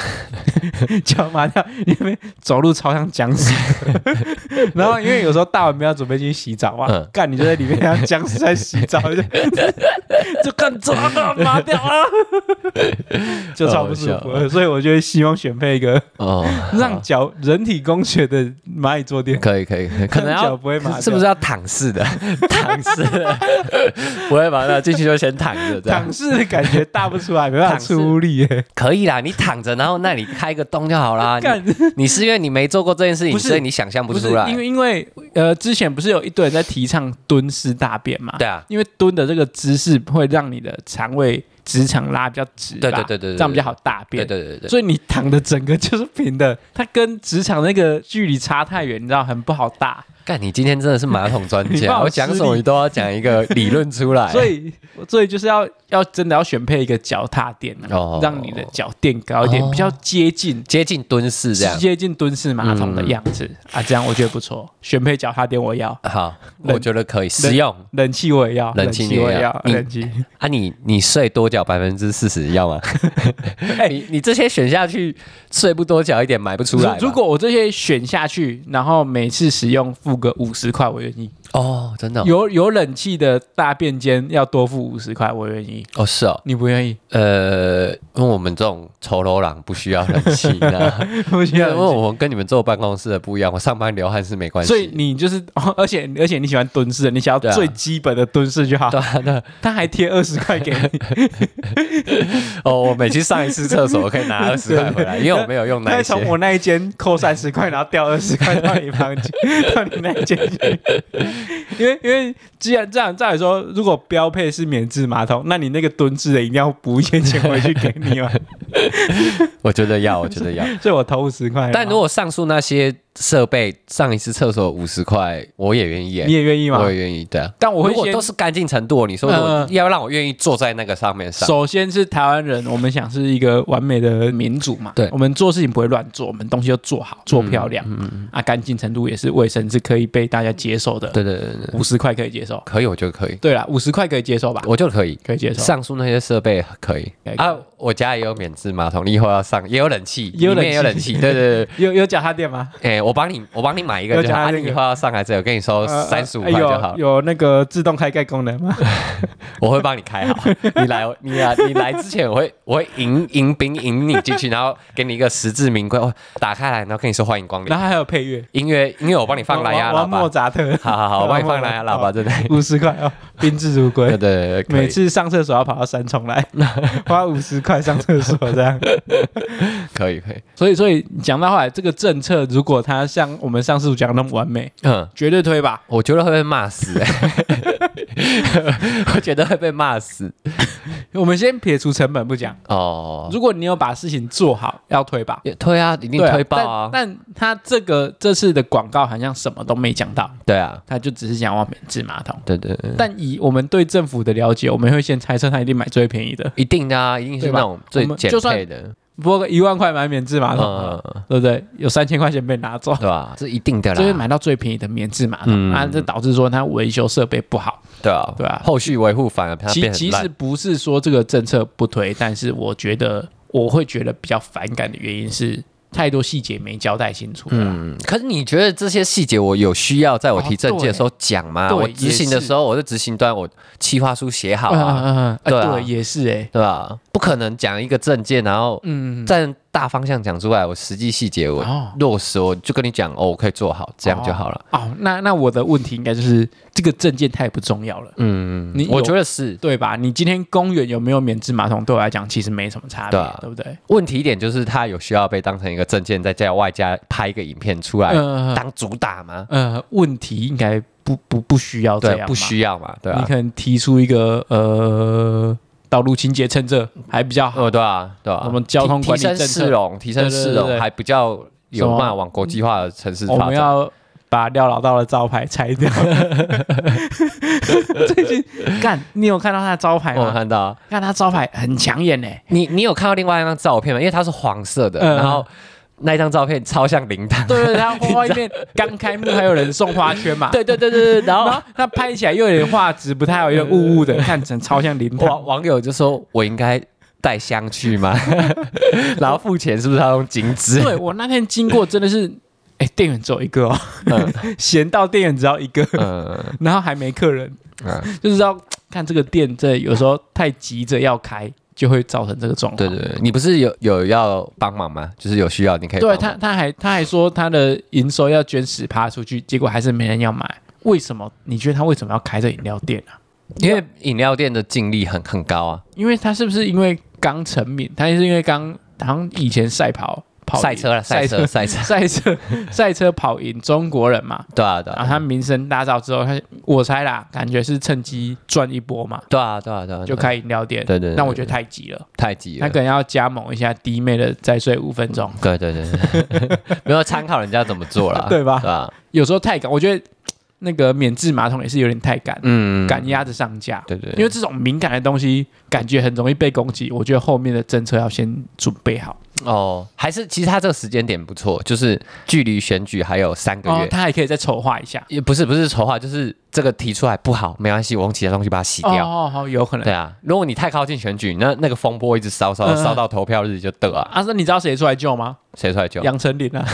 [SPEAKER 2] 脚麻掉，因为走路超像僵 尸。然后因为有时候大晚没有准备进去洗澡嘛，
[SPEAKER 1] 嗯
[SPEAKER 2] 干你就在里面像僵尸在洗澡，就 就干走啊麻 掉啊， 就超不舒
[SPEAKER 1] 好
[SPEAKER 2] 服。所以我觉得希望选配一个
[SPEAKER 1] 哦，
[SPEAKER 2] 让脚人体工学的蚂蚁坐垫，
[SPEAKER 1] 可以可以，可以可能
[SPEAKER 2] 让脚
[SPEAKER 1] 要
[SPEAKER 2] 不会麻掉，
[SPEAKER 1] 是不是要躺式的？ 躺式的， 不会吧？那进去就先躺着这样
[SPEAKER 2] 躺，式的感觉大不出来，没办法
[SPEAKER 1] 躺式
[SPEAKER 2] 出力耶。
[SPEAKER 1] 可以啦。你躺着，然后那里开个洞就好啦。
[SPEAKER 2] 干
[SPEAKER 1] 你你是因为你没做过这件事情，
[SPEAKER 2] 不是
[SPEAKER 1] 所以你想象不
[SPEAKER 2] 不是
[SPEAKER 1] 出来。
[SPEAKER 2] 因为因为呃，之前不是有一堆人在提倡蹲式大便嘛？
[SPEAKER 1] 对啊
[SPEAKER 2] 因为蹲的这个姿势会让你的肠胃直肠拉比较直吧，
[SPEAKER 1] 对对对
[SPEAKER 2] 啊
[SPEAKER 1] 对对对
[SPEAKER 2] 这样比较好大便。
[SPEAKER 1] 对对对对对，
[SPEAKER 2] 所以你躺的整个就是平的，它跟直肠那个距离差太远，你知道很不好大。
[SPEAKER 1] 干你今天真的是马桶专
[SPEAKER 2] 你帮
[SPEAKER 1] 家，
[SPEAKER 2] 我
[SPEAKER 1] 我讲
[SPEAKER 2] 吃
[SPEAKER 1] 什么
[SPEAKER 2] 力
[SPEAKER 1] 你都要讲一个理论出来。
[SPEAKER 2] 所以所以就是要要真的要选配一个脚踏垫啊，
[SPEAKER 1] 哦
[SPEAKER 2] 让你的脚垫高一点，
[SPEAKER 1] 哦
[SPEAKER 2] 比较接近。
[SPEAKER 1] 接近蹲式这样嗯
[SPEAKER 2] 直。接进蹲式马桶的样子、啊，这样我觉得不错。选配脚踏垫我要，
[SPEAKER 1] 好，
[SPEAKER 2] 冷
[SPEAKER 1] 我觉得可以实用
[SPEAKER 2] 冷气我也要，
[SPEAKER 1] 冷气你也
[SPEAKER 2] 我也
[SPEAKER 1] 要
[SPEAKER 2] 要，
[SPEAKER 1] 你
[SPEAKER 2] 冷气。
[SPEAKER 1] 啊你！你睡多缴百分之四十要 吗？
[SPEAKER 2] 哎
[SPEAKER 1] 你你这些选下去，睡不多缴一点买不出来吧。
[SPEAKER 2] 如如果我这些选下去，然后每次使用付个五十块，我愿意。
[SPEAKER 1] 哦，真的哦
[SPEAKER 2] 有有冷气的大便间要多付五十块，我愿意。
[SPEAKER 1] 哦，是哦，
[SPEAKER 2] 你不愿意？
[SPEAKER 1] 呃，因为我们这种丑陋狼不需要冷气 的，
[SPEAKER 2] 不
[SPEAKER 1] 因为我们跟你们坐办公室的不一样，我上班流汗是没关系。
[SPEAKER 2] 所以你就是， 哦、而且而且你喜欢蹲式的，你想要
[SPEAKER 1] 对啊
[SPEAKER 2] 最基本的蹲式就好。
[SPEAKER 1] 对啊，那
[SPEAKER 2] 他还贴二十块 给你，
[SPEAKER 1] 哦，我每次上一次厕所，我可以拿二十块回来， 因为我没有用
[SPEAKER 2] 他
[SPEAKER 1] 那
[SPEAKER 2] 还
[SPEAKER 1] 一些
[SPEAKER 2] 从。我那一间扣三十块，然后掉二十块到你房 间，到你那一间去。因为因为既然这样，照理说，如果标配是免治马桶，那你那个蹲式的一定要补一些钱回去给你嘛。
[SPEAKER 1] 我觉得要，我觉得 要。
[SPEAKER 2] 所以我投五十块嘛。啊
[SPEAKER 1] 但如果上述那些设备，上一次厕所五十块，我也愿意耶
[SPEAKER 2] 你，也愿意吗？
[SPEAKER 1] 我也愿意。对啊，
[SPEAKER 2] 但我会
[SPEAKER 1] 如果
[SPEAKER 2] 先
[SPEAKER 1] 都是干净程度，你说如果
[SPEAKER 2] 嗯
[SPEAKER 1] 要让我愿意坐在那个上面上，
[SPEAKER 2] 首先是台湾人，我们想是一个完美的民主嘛，
[SPEAKER 1] 对嗯
[SPEAKER 2] 我们做事情不会乱做，我们东西都做好、做漂亮，啊，干净程度也是卫生是可以被大家接受的，
[SPEAKER 1] 对对对对，对
[SPEAKER 2] 五十块可以接受，
[SPEAKER 1] 可以，我觉得可以，
[SPEAKER 2] 对啦，五十块可以接受吧，
[SPEAKER 1] 我就可以。
[SPEAKER 2] 可以接受，
[SPEAKER 1] 上述那些设备可以
[SPEAKER 2] 可以
[SPEAKER 1] 啊，我家也有免治马桶，你以后要上也有冷气，
[SPEAKER 2] 也有
[SPEAKER 1] 里
[SPEAKER 2] 冷
[SPEAKER 1] 面也有冷气，
[SPEAKER 2] 气
[SPEAKER 1] 对对对。
[SPEAKER 2] 有有脚踏垫吗？
[SPEAKER 1] 哎、我帮你，我帮你买一
[SPEAKER 2] 有
[SPEAKER 1] 个就好。
[SPEAKER 2] 加
[SPEAKER 1] 啊
[SPEAKER 2] 那
[SPEAKER 1] 你
[SPEAKER 2] 个
[SPEAKER 1] 以后要上来这，我跟你收
[SPEAKER 2] 呃
[SPEAKER 1] 三十五
[SPEAKER 2] 呃
[SPEAKER 1] 块就好了，
[SPEAKER 2] 有有那个自动开盖功能吗？
[SPEAKER 1] 我会帮你开好。 你来，你来，你来之前，我会我会迎迎宾迎你进去，然后给你一个实至名归，哦，打开来，然后跟你说欢迎光临。
[SPEAKER 2] 然后还有配乐，
[SPEAKER 1] 音乐音乐我帮你放蓝牙喇
[SPEAKER 2] 我要我要莫
[SPEAKER 1] 叭，
[SPEAKER 2] 扎特，
[SPEAKER 1] 好好好，我帮你放蓝牙喇叭，真的。
[SPEAKER 2] 五十块哦，宾至如归
[SPEAKER 1] 对。对对，可以
[SPEAKER 2] 每次上厕所要跑到三重 来，花五十块上厕所这样。
[SPEAKER 1] 可以可以，
[SPEAKER 2] 所以，所以讲到后来，这个政策如果它像我们上次讲的那么完美，
[SPEAKER 1] 嗯。
[SPEAKER 2] 绝对推吧。
[SPEAKER 1] 我觉得会被骂 死、 欸，我觉得会被骂死
[SPEAKER 2] 我们先撇除成本不讲，
[SPEAKER 1] 哦。
[SPEAKER 2] 如果你有把事情做好，要推吧。
[SPEAKER 1] 也推啊，一定
[SPEAKER 2] 对啊
[SPEAKER 1] 推爆啊！
[SPEAKER 2] 但但他这个这次的广告好像什么都没讲到，
[SPEAKER 1] 对啊，
[SPEAKER 2] 他就只是讲要免治马桶。
[SPEAKER 1] 对对对，
[SPEAKER 2] 但以我们对政府的了解，我们会先猜测他一定买最便宜的，
[SPEAKER 1] 一定的啊，一定是
[SPEAKER 2] 对吧
[SPEAKER 1] 那种最
[SPEAKER 2] 我们
[SPEAKER 1] 简
[SPEAKER 2] 就算
[SPEAKER 1] 配的，
[SPEAKER 2] 不过一万块买免治马桶，
[SPEAKER 1] 嗯，嗯
[SPEAKER 2] 对不对？有三千块钱被拿走
[SPEAKER 1] 嗯，对吧？是一定的
[SPEAKER 2] 这边
[SPEAKER 1] 啦，
[SPEAKER 2] 买到最便宜的免治马桶、
[SPEAKER 1] 嗯
[SPEAKER 2] 啊，这导致说他维修设备不好，
[SPEAKER 1] 对啊，
[SPEAKER 2] 对啊
[SPEAKER 1] 后续维护反而它
[SPEAKER 2] 其
[SPEAKER 1] 变
[SPEAKER 2] 其
[SPEAKER 1] 很烂
[SPEAKER 2] 实不是说这个政策不推，但是我觉得我会觉得比较反感的原因是太多细节没交代清楚了啦。
[SPEAKER 1] 嗯，可是你觉得这些细节，我有需要在我提证件的时候讲吗？
[SPEAKER 2] 对
[SPEAKER 1] 我执行的时候，我在执行端，我企划书写好
[SPEAKER 2] 嗯
[SPEAKER 1] 啊，
[SPEAKER 2] 嗯嗯，
[SPEAKER 1] 对
[SPEAKER 2] 嗯
[SPEAKER 1] 啊
[SPEAKER 2] 啊对，也是哎，
[SPEAKER 1] 对吧？不可能讲一个证件，然后
[SPEAKER 2] 嗯，
[SPEAKER 1] 站大方向讲出来，我实际细节我
[SPEAKER 2] 哦
[SPEAKER 1] 落实，我就跟你讲哦，我可以做好，这样就好了。
[SPEAKER 2] 哦，那那我的问题应该就是这个证件太不重要了，
[SPEAKER 1] 嗯
[SPEAKER 2] 你，有
[SPEAKER 1] 我觉得是
[SPEAKER 2] 对吧？你今天公园有没有免治马桶，对我来讲其实没什么差别
[SPEAKER 1] 对啊，
[SPEAKER 2] 对不对？
[SPEAKER 1] 问题一点就是它有需要被当成一个证件，再加外加拍一个影片出来
[SPEAKER 2] 呃
[SPEAKER 1] 当主打吗？
[SPEAKER 2] 呃，问题应该不不不需哦要这样
[SPEAKER 1] 对，
[SPEAKER 2] 嘛，
[SPEAKER 1] 不需要嘛，对
[SPEAKER 2] 你
[SPEAKER 1] 啊，
[SPEAKER 2] 可能提出一个呃道路清洁政策还比较好，
[SPEAKER 1] 哦，对啊，对啊，
[SPEAKER 2] 我们交通
[SPEAKER 1] 提
[SPEAKER 2] 管理
[SPEAKER 1] 提升
[SPEAKER 2] 政策
[SPEAKER 1] 市容，提升
[SPEAKER 2] 对对
[SPEAKER 1] 市
[SPEAKER 2] 对
[SPEAKER 1] 容
[SPEAKER 2] 对
[SPEAKER 1] 还比较
[SPEAKER 2] 什
[SPEAKER 1] 有
[SPEAKER 2] 么
[SPEAKER 1] 办法往国际化的城市
[SPEAKER 2] 我
[SPEAKER 1] 发
[SPEAKER 2] 们
[SPEAKER 1] 展。哦
[SPEAKER 2] 要把廖老道的招牌拆 掉。最近干，你有看到他的招牌
[SPEAKER 1] 我有
[SPEAKER 2] 吗？
[SPEAKER 1] 看到啊
[SPEAKER 2] 看他招牌很抢眼呢、欸
[SPEAKER 1] 你，你有看到另外一张照片吗？因为它是黄色的，
[SPEAKER 2] 嗯
[SPEAKER 1] 然后那一张照片超像铃铛。
[SPEAKER 2] 对对，他外面刚开幕还有人送花圈嘛。
[SPEAKER 1] 对对对对对，然
[SPEAKER 2] 然
[SPEAKER 1] 后嗯
[SPEAKER 2] 后他拍起来又有点画质不太好，有点雾雾的，看成超像灵
[SPEAKER 1] 网
[SPEAKER 2] 堂。
[SPEAKER 1] 网友就说：“我应该带香去吗？” 然后付钱是不是要用金纸？
[SPEAKER 2] 对我那天经过真的是，哎、店员只有一个哦，
[SPEAKER 1] 嗯
[SPEAKER 2] 闲到店员只要一个，
[SPEAKER 1] 嗯
[SPEAKER 2] 然后还没客人，
[SPEAKER 1] 嗯，
[SPEAKER 2] 就是要看这个店这有时候太急着要开，就会造成这个状况。
[SPEAKER 1] 对对对，你不是有有要帮忙吗？就是有需要你可以帮
[SPEAKER 2] 对
[SPEAKER 1] 忙。
[SPEAKER 2] 他，他还他还说他的营收要捐十趴出去，结果还是没人要买。为什么？你觉得他为什么要开这饮料店啊？
[SPEAKER 1] 因为饮料店的净利很很高啊，
[SPEAKER 2] 因为他是不是因为刚成名？他是因为刚好像以前赛跑跑赢
[SPEAKER 1] 赛车了，赛车赛车，
[SPEAKER 2] 赛车 赛车跑赢中国人嘛，
[SPEAKER 1] 对啊对
[SPEAKER 2] 然后
[SPEAKER 1] 啊
[SPEAKER 2] 他名声大噪之后，他我猜啦，感觉是趁机赚一波嘛，
[SPEAKER 1] 对啊对啊对啊，
[SPEAKER 2] 就开饮料店。
[SPEAKER 1] 对对对
[SPEAKER 2] 但我觉得太急了，
[SPEAKER 1] 太极
[SPEAKER 2] 他
[SPEAKER 1] 了
[SPEAKER 2] 可。能要加盟一下弟妹的再睡五分钟。
[SPEAKER 1] 对对对，对 没有参考人家怎么做啦，
[SPEAKER 2] 对吧
[SPEAKER 1] 对啊吧？
[SPEAKER 2] 有时候太赶，我觉得那个免治马桶也是有点太赶，
[SPEAKER 1] 嗯，
[SPEAKER 2] 赶压着上架。
[SPEAKER 1] 对对，
[SPEAKER 2] 因
[SPEAKER 1] 为
[SPEAKER 2] 为这种敏感的东西，感觉很容易被攻击。我觉得后面的政策要先准备好。
[SPEAKER 1] 哦，还是其实他这个时间点不错，就是距离选举还有三个
[SPEAKER 2] 哦
[SPEAKER 1] 月，，
[SPEAKER 2] 他还可以再筹划一下。
[SPEAKER 1] 也不是不是筹划，就是这个提出来不好，没关系，我用其他东西把它洗
[SPEAKER 2] 哦
[SPEAKER 1] 掉。
[SPEAKER 2] 哦，好，有可能。
[SPEAKER 1] 对啊，如果你太靠近选举，那那个风波一直烧烧
[SPEAKER 2] 嗯嗯
[SPEAKER 1] 烧到投票日就得啊，
[SPEAKER 2] 啊，那你知道谁出来救吗？
[SPEAKER 1] 谁出来救？
[SPEAKER 2] 杨丞琳啊。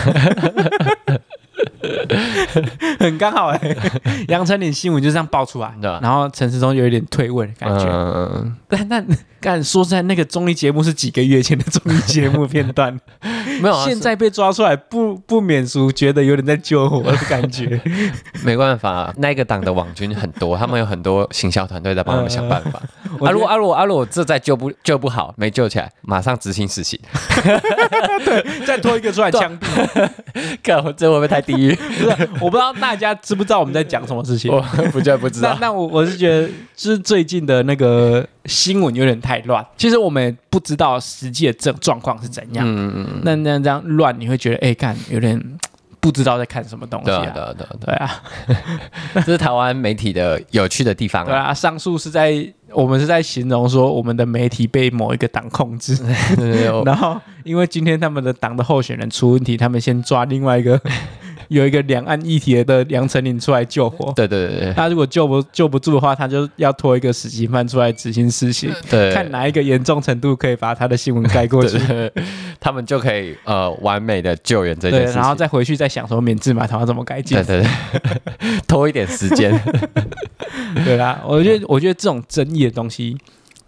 [SPEAKER 2] 很刚好 哎、欸。杨丞琳新闻就这样爆出来，
[SPEAKER 1] 对啊
[SPEAKER 2] 然后陈世忠有一点退位的感觉。
[SPEAKER 1] 嗯，
[SPEAKER 2] 但但干说实在，那个综艺节目是几个月前的综艺节目片 段，
[SPEAKER 1] 没有啊，
[SPEAKER 2] 现
[SPEAKER 1] 是
[SPEAKER 2] 在被抓出来，不不免俗，觉得有点在救火的 感觉。
[SPEAKER 1] 没办法、那个党的网军很多，他们有很多行销团队在帮他们想办 法。
[SPEAKER 2] 我
[SPEAKER 1] 啊，
[SPEAKER 2] 觉
[SPEAKER 1] 如果
[SPEAKER 2] 得
[SPEAKER 1] 啊如果啊如果这再救不救不好，没救起来，马上执行死刑。
[SPEAKER 2] 再拖一个出来
[SPEAKER 1] 对啊
[SPEAKER 2] 枪毙，
[SPEAKER 1] 看我这会不会太地狱？
[SPEAKER 2] 不是？我不知道大家知不知道我们在讲什么事情。
[SPEAKER 1] 我不就不知
[SPEAKER 2] 那
[SPEAKER 1] 道。
[SPEAKER 2] 那我我是觉得，就是最近的那个新闻有点太乱。其实我们也不知道实际的这状况是怎样。
[SPEAKER 1] 嗯嗯
[SPEAKER 2] 那那这样乱，你会觉得哎，看有点嘖不知道在看什么东
[SPEAKER 1] 嗯，
[SPEAKER 2] 西
[SPEAKER 1] 对啊对
[SPEAKER 2] 啊。
[SPEAKER 1] 啊对啊对
[SPEAKER 2] 对啊，
[SPEAKER 1] 啊，这是台湾媒体的有趣的地方
[SPEAKER 2] 对
[SPEAKER 1] 啊。
[SPEAKER 2] 啊，上述是在我们是在形容说我们的媒体被某一个党控 制，
[SPEAKER 1] 对对对我
[SPEAKER 2] 然后因为今天他们的党的候选人出问题，他们先抓另外一个 有一个两岸议题的杨丞琳出来救火。
[SPEAKER 1] 对对对对
[SPEAKER 2] 他如果救不救不住的话，他就要拖一个死刑犯出来执行死刑。
[SPEAKER 1] 对，
[SPEAKER 2] 看哪一个严重程度可以把他的新闻盖过
[SPEAKER 1] 对
[SPEAKER 2] 去。
[SPEAKER 1] 对对 他们就可以呃完美的救援这件
[SPEAKER 2] 对，
[SPEAKER 1] 事情。
[SPEAKER 2] 然后再回去再想说免治马桶要怎么改进
[SPEAKER 1] 对。对对， 拖一点时间。
[SPEAKER 2] 对啦，我觉得我觉得这种争议的东西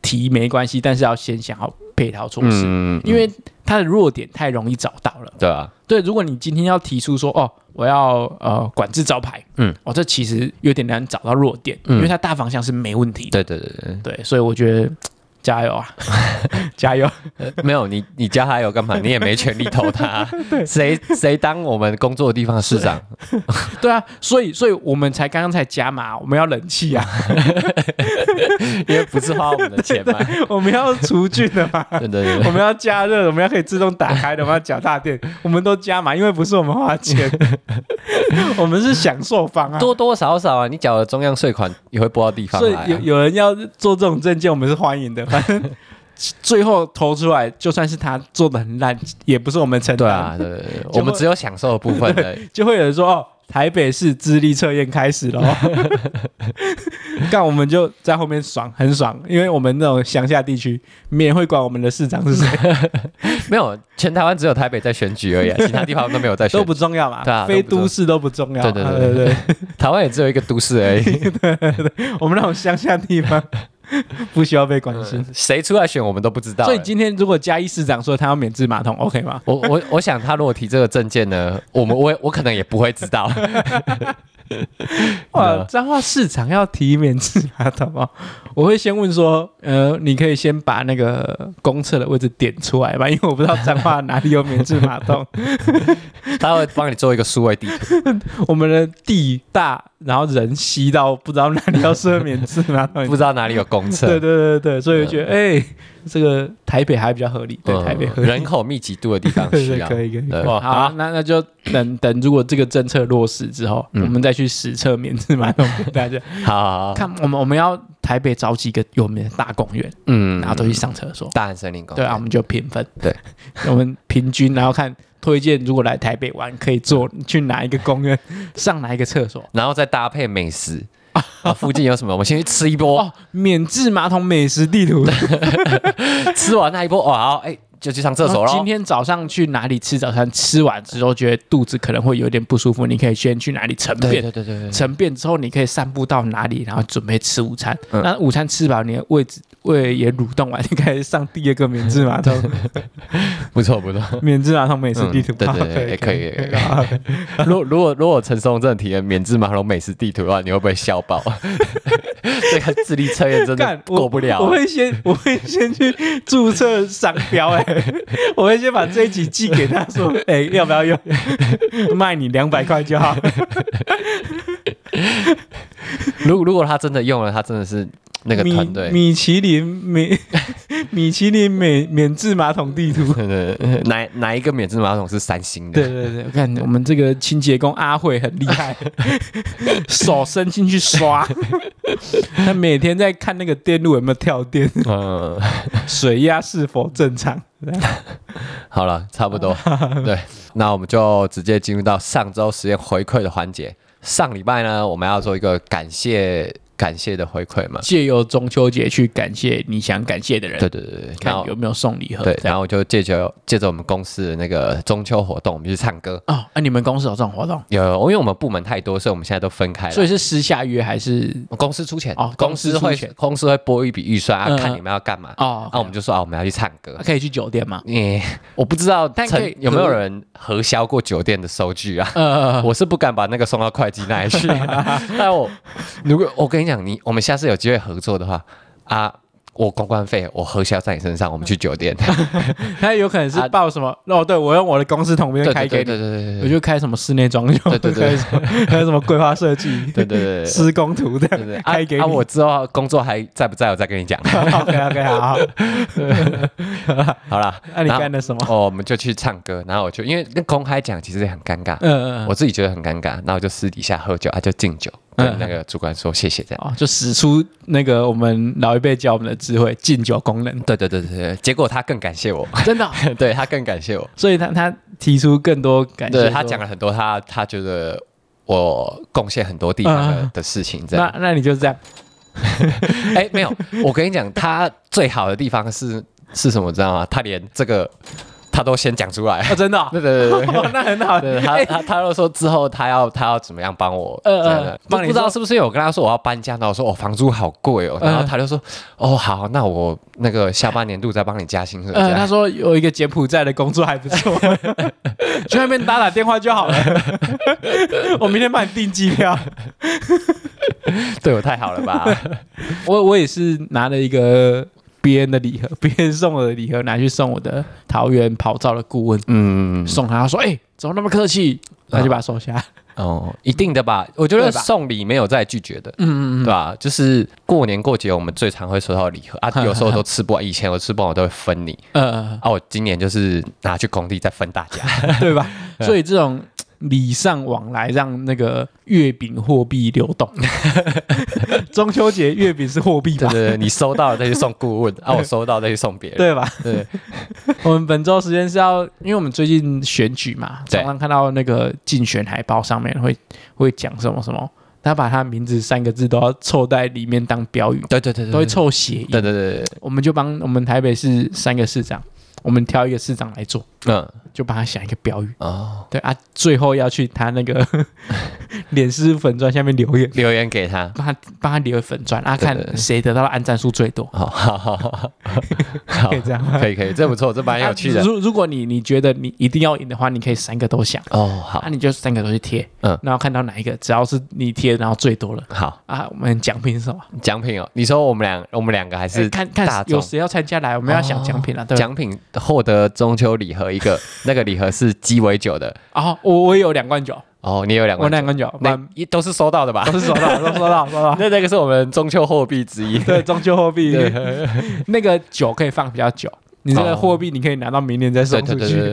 [SPEAKER 2] 提没关系，但是要先想好配套措施，
[SPEAKER 1] 嗯，
[SPEAKER 2] 因为它的弱点太容易找到了。
[SPEAKER 1] 对啊，
[SPEAKER 2] 对，如果你今天要提出说哦，我要呃管制招牌，
[SPEAKER 1] 嗯，
[SPEAKER 2] 哦，这其实有点难找到弱点，
[SPEAKER 1] 嗯
[SPEAKER 2] 因为它大方向是没问题的。
[SPEAKER 1] 对对对对
[SPEAKER 2] 对，所以我觉得加 油啊，加油！
[SPEAKER 1] 对， 没有你你加他油干嘛？你也没权利投他。啊 谁谁当我们工作的地方的市长？
[SPEAKER 2] 对啊，所以所以我们才刚刚才加码，我们要冷气啊，
[SPEAKER 1] 因为不是花我们的钱嘛。
[SPEAKER 2] 我们要除菌的嘛。
[SPEAKER 1] 对对对
[SPEAKER 2] 我
[SPEAKER 1] 对，
[SPEAKER 2] 们要加热，我们要可以自动打开的，我们要脚踏垫，我们都加嘛，因为不是我们花钱， 我们是享受方啊。
[SPEAKER 1] 多多少少啊，你缴了中央税款也会拨到地方
[SPEAKER 2] 所以
[SPEAKER 1] 来啊。
[SPEAKER 2] 有有人要做这种证件，我们是欢迎的。反 正最后投出来，就算是他做的很烂，也不是我们承
[SPEAKER 1] 对
[SPEAKER 2] 担，
[SPEAKER 1] 啊，对对对，
[SPEAKER 2] 果
[SPEAKER 1] 我们只有享受的部分的。
[SPEAKER 2] 就会有人说哦。台北市智力测验开始 喽，干我们就在后面爽，很爽，因为我们那种乡下地区，没人会管我们的市长 是谁，
[SPEAKER 1] 没有，全台湾只有台北在选举而已啊，其他地方都没有在选
[SPEAKER 2] 都。不重要嘛，
[SPEAKER 1] 对啊
[SPEAKER 2] 非
[SPEAKER 1] 都不重要
[SPEAKER 2] 都市都不重要，
[SPEAKER 1] 对对对
[SPEAKER 2] 对对，
[SPEAKER 1] 台湾也只有一个都市 而已，
[SPEAKER 2] 我们那种乡下地方 不需要被关心。
[SPEAKER 1] 谁出来选我们都不嗯知道
[SPEAKER 2] 所
[SPEAKER 1] 欸。
[SPEAKER 2] 以今天如果嘉义市长说他要免治马桶，OK 吗？
[SPEAKER 1] 我我我想他如果提这个证件呢，我们我我可能也不会知道。
[SPEAKER 2] 哇，
[SPEAKER 1] 嗯
[SPEAKER 2] 彰化市长要提免治马桶哦， 我会先问说，呃，你可以先把那个公厕的位置点出来吧， 因为我不知道彰化哪里有免治马桶。
[SPEAKER 1] 他会帮你做一个数位地图，
[SPEAKER 2] 我们的地大，然后人稀到不知道哪里要设免治马 桶，
[SPEAKER 1] 不知道哪里有公厕。
[SPEAKER 2] 对对对对，所以我觉得，哎、这个台北还比较合理，对，
[SPEAKER 1] 嗯
[SPEAKER 2] 台北合理。
[SPEAKER 1] 人口密集度的地方
[SPEAKER 2] 对
[SPEAKER 1] 需
[SPEAKER 2] 对，
[SPEAKER 1] 要。
[SPEAKER 2] 可以可以。
[SPEAKER 1] 对
[SPEAKER 2] 哦好啊，那那就等等，如果这个政策落实之后，
[SPEAKER 1] 嗯
[SPEAKER 2] 我们再去实测免治马桶给大家
[SPEAKER 1] 好好，好
[SPEAKER 2] 看。我们我们要台北找几个有名的大公园，
[SPEAKER 1] 嗯
[SPEAKER 2] 然后都去上厕所。
[SPEAKER 1] 大安森林公
[SPEAKER 2] 对
[SPEAKER 1] 园
[SPEAKER 2] 啊，我，们就评分。
[SPEAKER 1] 对，
[SPEAKER 2] 我们平均，然后看推荐，如果来台北玩，可以坐 去哪一个公园，上哪一个厕所。
[SPEAKER 1] 然后再搭配美 食。啊，附近有什么？我们先去吃一波
[SPEAKER 2] 哦，，免治马桶美食地图。
[SPEAKER 1] 吃完那一波，哇，哎，就去上 厕所
[SPEAKER 2] 然后
[SPEAKER 1] 喽
[SPEAKER 2] 哦今。天早上去哪里吃早餐，吃完之后觉得肚子可能会有点不舒服，你可以先去哪里晨
[SPEAKER 1] 对
[SPEAKER 2] 便
[SPEAKER 1] 对对对对，
[SPEAKER 2] 成便之后，你可以散步到哪里，然后准备吃午餐。
[SPEAKER 1] 嗯
[SPEAKER 2] 那午餐吃饱，你的胃子胃也蠕动完，你开始上第二个免治马桶，
[SPEAKER 1] 不错 不错。
[SPEAKER 2] 免治马啊桶美食地图。
[SPEAKER 1] 嗯对
[SPEAKER 2] 好
[SPEAKER 1] 对对可以可以
[SPEAKER 2] 好可以
[SPEAKER 1] 如果如果如果陈松正提了免治马龙美食地图的话，你会不会笑爆？ 这个智力测验真的
[SPEAKER 2] 干我
[SPEAKER 1] 过不了
[SPEAKER 2] 我。会先我会先去注册商标，哎， 我会先把这一集寄给他说，哎，要不要用？卖你两百块就好。
[SPEAKER 1] 如果如果他真的用了，他真的是 那个
[SPEAKER 2] 米
[SPEAKER 1] 团队，
[SPEAKER 2] 米其 林美米其林美免治马桶地图。
[SPEAKER 1] 对对对哪哪一个免治马桶是三星的？
[SPEAKER 2] 对对对，我看我们这个清洁工阿慧很 厉害，手伸进去刷，他每天在看那个电路有没有跳电，
[SPEAKER 1] 嗯，
[SPEAKER 2] 水压是否正常。
[SPEAKER 1] 好了，差不多。 对，那我们就直接进入到上周实验回馈的环节。上礼拜呢，我们要做一个感谢感谢的回馈嘛。
[SPEAKER 2] 借由中秋节去感谢你想感谢的人，
[SPEAKER 1] 对对对对，然
[SPEAKER 2] 看
[SPEAKER 1] 后
[SPEAKER 2] 有没有送礼盒。
[SPEAKER 1] 对，
[SPEAKER 2] 这
[SPEAKER 1] 然
[SPEAKER 2] 样
[SPEAKER 1] 后我就借着借着我们公司的那个中秋活动，我们去唱歌。
[SPEAKER 2] 哦，那、你们公司有这种活动，
[SPEAKER 1] 有，因为我们部门太多，所以我们现在都分开了。
[SPEAKER 2] 所以是私下约还是？
[SPEAKER 1] 公司出钱，
[SPEAKER 2] 哦
[SPEAKER 1] 公司会
[SPEAKER 2] 公司出钱
[SPEAKER 1] 公司会拨一笔预算，啊
[SPEAKER 2] 嗯
[SPEAKER 1] 看你们要干嘛。
[SPEAKER 2] 哦
[SPEAKER 1] 那我们就说啊，我们要去唱歌。
[SPEAKER 2] 可以去酒 店吗？
[SPEAKER 1] 你我不知道
[SPEAKER 2] 但可以
[SPEAKER 1] 曾有没有人核销过酒店的收据啊？
[SPEAKER 2] 呃，
[SPEAKER 1] 我是不敢把那个送到会计那里去。但我如果我跟你讲，你我们下次有机会合作的话啊，我公关费我核销在你身上，我们去酒店。
[SPEAKER 4] 他有可能是
[SPEAKER 1] 啊
[SPEAKER 4] 报什么？哦，对我用我的公司同编
[SPEAKER 1] 对
[SPEAKER 4] 开
[SPEAKER 1] 对
[SPEAKER 4] 给
[SPEAKER 1] 对对
[SPEAKER 4] 你，
[SPEAKER 1] 对
[SPEAKER 4] 我
[SPEAKER 1] 对
[SPEAKER 4] 就开什么室内装修，
[SPEAKER 1] 对对
[SPEAKER 4] 开
[SPEAKER 1] 对
[SPEAKER 4] 什么，还有什么规划设 计，
[SPEAKER 1] 对对对对。
[SPEAKER 4] 施工图这
[SPEAKER 1] 对对
[SPEAKER 4] 样开给你。
[SPEAKER 1] 啊！我之后工作还在不在？我再跟你讲。
[SPEAKER 4] OK OK 好， 好
[SPEAKER 1] 好啦，
[SPEAKER 4] 那你
[SPEAKER 1] 然后
[SPEAKER 4] 干了什么？
[SPEAKER 1] 哦，我们就去唱歌，然后我就因为跟公开讲其实也很尴尬，
[SPEAKER 2] 嗯嗯，
[SPEAKER 1] 我自己觉得很尴尬，然后我就私底下喝酒，啊就敬酒，跟
[SPEAKER 2] 嗯
[SPEAKER 1] 那个主管说谢谢这样。
[SPEAKER 2] 哦，就使出
[SPEAKER 4] 出那个我们老一辈教我们的智慧，敬酒功能。
[SPEAKER 1] 对对对对对，结果他更感谢我，
[SPEAKER 2] 真的哦、
[SPEAKER 1] 对他更感谢我，
[SPEAKER 4] 所以他他提出更多感谢说，
[SPEAKER 1] 对他讲了很多他他觉得我贡献很多地方的,、
[SPEAKER 4] 嗯嗯嗯
[SPEAKER 1] 的事情这
[SPEAKER 4] 那
[SPEAKER 1] 样。
[SPEAKER 4] 那你就这样，
[SPEAKER 1] 哎，没有，我跟你讲，他最好的地方是是什么？知道吗？他连这个他都先讲出来。
[SPEAKER 2] 呃
[SPEAKER 4] 哦，真的 哦，
[SPEAKER 1] 对对对对对。
[SPEAKER 4] 哦那很好，
[SPEAKER 1] 对他，他他又说之后他要他要怎么样帮我，
[SPEAKER 2] 哎呃
[SPEAKER 1] 呃
[SPEAKER 2] 呃
[SPEAKER 1] 呃，不
[SPEAKER 4] 帮你
[SPEAKER 1] 知道
[SPEAKER 4] 说
[SPEAKER 1] 是不是因为我跟他说我要搬家，然后我说哦房租好贵哦，然后
[SPEAKER 2] 嗯
[SPEAKER 1] 他就说哦好，那我那个下半年度再帮你加薪水这
[SPEAKER 2] 呃，他
[SPEAKER 1] 样。
[SPEAKER 2] 说有一个
[SPEAKER 4] 柬埔寨的工作还不错， 去那边打打电话就好了。 我明天帮你订机 票。
[SPEAKER 1] 对我太好了 吧？
[SPEAKER 2] 我我也是
[SPEAKER 4] 拿了一个别人的礼盒，别人送我的礼盒拿去送我的桃园跑照的顾问，
[SPEAKER 1] 嗯，
[SPEAKER 2] 送他，他说哎、怎么那么客气？
[SPEAKER 4] 他就把它收下。
[SPEAKER 1] 哦，一定的吧？我觉得
[SPEAKER 2] 对吧
[SPEAKER 1] 送礼没有再拒绝的，
[SPEAKER 2] 嗯嗯
[SPEAKER 1] 对吧？就是过年过节我们最常会收到礼盒 啊，有时候都吃不完，以前我吃不完我都会分你
[SPEAKER 2] 嗯
[SPEAKER 4] 呃
[SPEAKER 1] 啊，我今年就是拿去工地再分大 家。
[SPEAKER 2] 呃，对吧？
[SPEAKER 1] 对
[SPEAKER 2] 所以这种礼尚往来，让那个月饼货币流 动。
[SPEAKER 4] 中秋节月饼是货币
[SPEAKER 1] 对
[SPEAKER 4] 吧？
[SPEAKER 1] 对对，你啊收到了再去送顾问， 啊，我收到再去送别人。
[SPEAKER 4] 对吧？
[SPEAKER 1] 对，
[SPEAKER 2] 我们本周时间是要，因为我们最近选举嘛，
[SPEAKER 1] 对
[SPEAKER 2] 常常看到那个竞选海报上面会会讲什么什么，他把他名字三个字都要凑在里面当标语，
[SPEAKER 1] 对对对对，
[SPEAKER 2] 都会凑谐音。
[SPEAKER 1] 嗯对对对
[SPEAKER 2] 我们就帮我们台北市三个市长，我们挑一个市长来做，
[SPEAKER 1] 对，嗯
[SPEAKER 2] 就帮他想一个标语。
[SPEAKER 1] 哦，
[SPEAKER 2] 对啊，最后要去他那个 脸书粉钻下面留言，
[SPEAKER 1] 留言给他。
[SPEAKER 2] 帮他帮他留粉钻，啊，
[SPEAKER 1] 对对
[SPEAKER 2] 看谁得到的按赞数最多。
[SPEAKER 1] 好哦 好好好，好
[SPEAKER 4] 可以这样吗
[SPEAKER 1] 可以可以，这不错，这蛮有趣的
[SPEAKER 2] 啊。如如果你你觉得你一定要赢的话，你可以三个都想，
[SPEAKER 1] 哦，好
[SPEAKER 2] 啊，你就三个都去贴，
[SPEAKER 1] 嗯
[SPEAKER 2] 然后看到哪一个，只要是你贴，然后最多了
[SPEAKER 1] 好，
[SPEAKER 2] 啊，我们奖品是什么？
[SPEAKER 1] 奖品哦，你说我们两我们两个还
[SPEAKER 2] 哎
[SPEAKER 1] 是
[SPEAKER 2] 看
[SPEAKER 1] 大众哦
[SPEAKER 2] 看有谁要参加来，我们要想奖品了，对吧？
[SPEAKER 1] 奖品获得中秋礼盒一个， 那个礼盒是鸡尾酒的
[SPEAKER 2] 哦，我我也有两罐酒，
[SPEAKER 1] 哦，你有两
[SPEAKER 2] 我
[SPEAKER 1] 罐酒，
[SPEAKER 2] 两罐酒，
[SPEAKER 1] 那
[SPEAKER 2] 满
[SPEAKER 1] 一都是收到的吧？
[SPEAKER 4] 都是收到，都收到，收到。
[SPEAKER 1] 那那个是我们中秋货币之一。
[SPEAKER 4] 对，中秋货币，
[SPEAKER 1] 对
[SPEAKER 2] 那个酒可以放比较久，你这
[SPEAKER 1] 哦
[SPEAKER 2] 个货币你可以拿到明年 再送
[SPEAKER 1] 对对
[SPEAKER 2] 出
[SPEAKER 1] 对
[SPEAKER 2] 去。
[SPEAKER 1] 对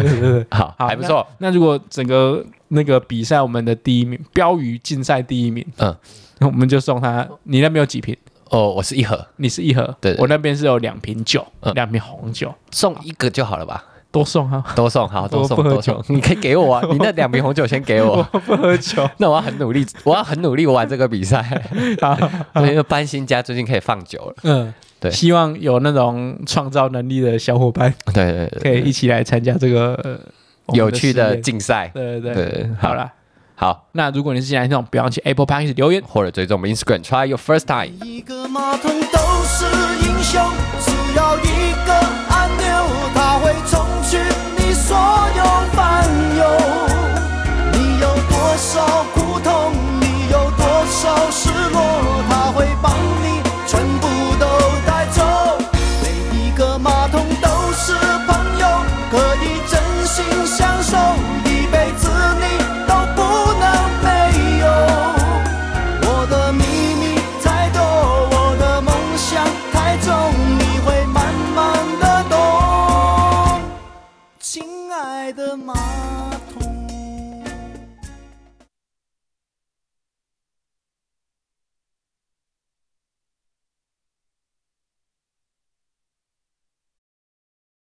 [SPEAKER 1] 对对，
[SPEAKER 4] 对对
[SPEAKER 1] 好，
[SPEAKER 2] 好
[SPEAKER 1] 还不错。
[SPEAKER 2] 那如果整个那个比赛，我们的第一名标语竞赛第一名，
[SPEAKER 1] 嗯，
[SPEAKER 2] 我们就送他。你那边有几瓶？
[SPEAKER 1] 哦，我是一盒，
[SPEAKER 2] 你是一盒，
[SPEAKER 1] 对对
[SPEAKER 2] 我那边是有两瓶酒，
[SPEAKER 1] 嗯
[SPEAKER 2] 两瓶红酒，
[SPEAKER 1] 送一个就好了吧？
[SPEAKER 2] 多送啊！
[SPEAKER 1] 多送好，多
[SPEAKER 4] 我
[SPEAKER 1] 送
[SPEAKER 4] 不喝
[SPEAKER 1] 多 送，你可以给我啊，你那两瓶红酒先给 我。啊
[SPEAKER 4] 对，不喝酒，
[SPEAKER 1] 那我要很努力，我要很努力玩这个比赛。
[SPEAKER 4] 好
[SPEAKER 1] 因为搬新家最近可以放酒了。
[SPEAKER 2] 嗯，
[SPEAKER 1] 对
[SPEAKER 2] 希望有那种创造能力的小伙伴
[SPEAKER 1] 对对对
[SPEAKER 2] 可以一起来参加这个呃我们
[SPEAKER 1] 有趣的
[SPEAKER 2] 实验
[SPEAKER 1] 竞赛。
[SPEAKER 2] 对对对，
[SPEAKER 1] 对，
[SPEAKER 2] 好
[SPEAKER 1] 好了，
[SPEAKER 2] 了。
[SPEAKER 1] 好，
[SPEAKER 2] 那如果你是进来那种，不要忘记 Apple Podcast 留言，
[SPEAKER 1] 或者追踪我们 Instagram try your first time。
[SPEAKER 3] 一个马桶都是英雄，只要一个按钮，它会冲去你所有烦忧。你有多少苦痛，你有多少失落，它会帮你全部都带走。每一个马桶都是朋友，可以真心相守，一辈子你都不能没有。我的秘密太多，我的梦想太重，你会慢慢的懂。亲爱的马桶。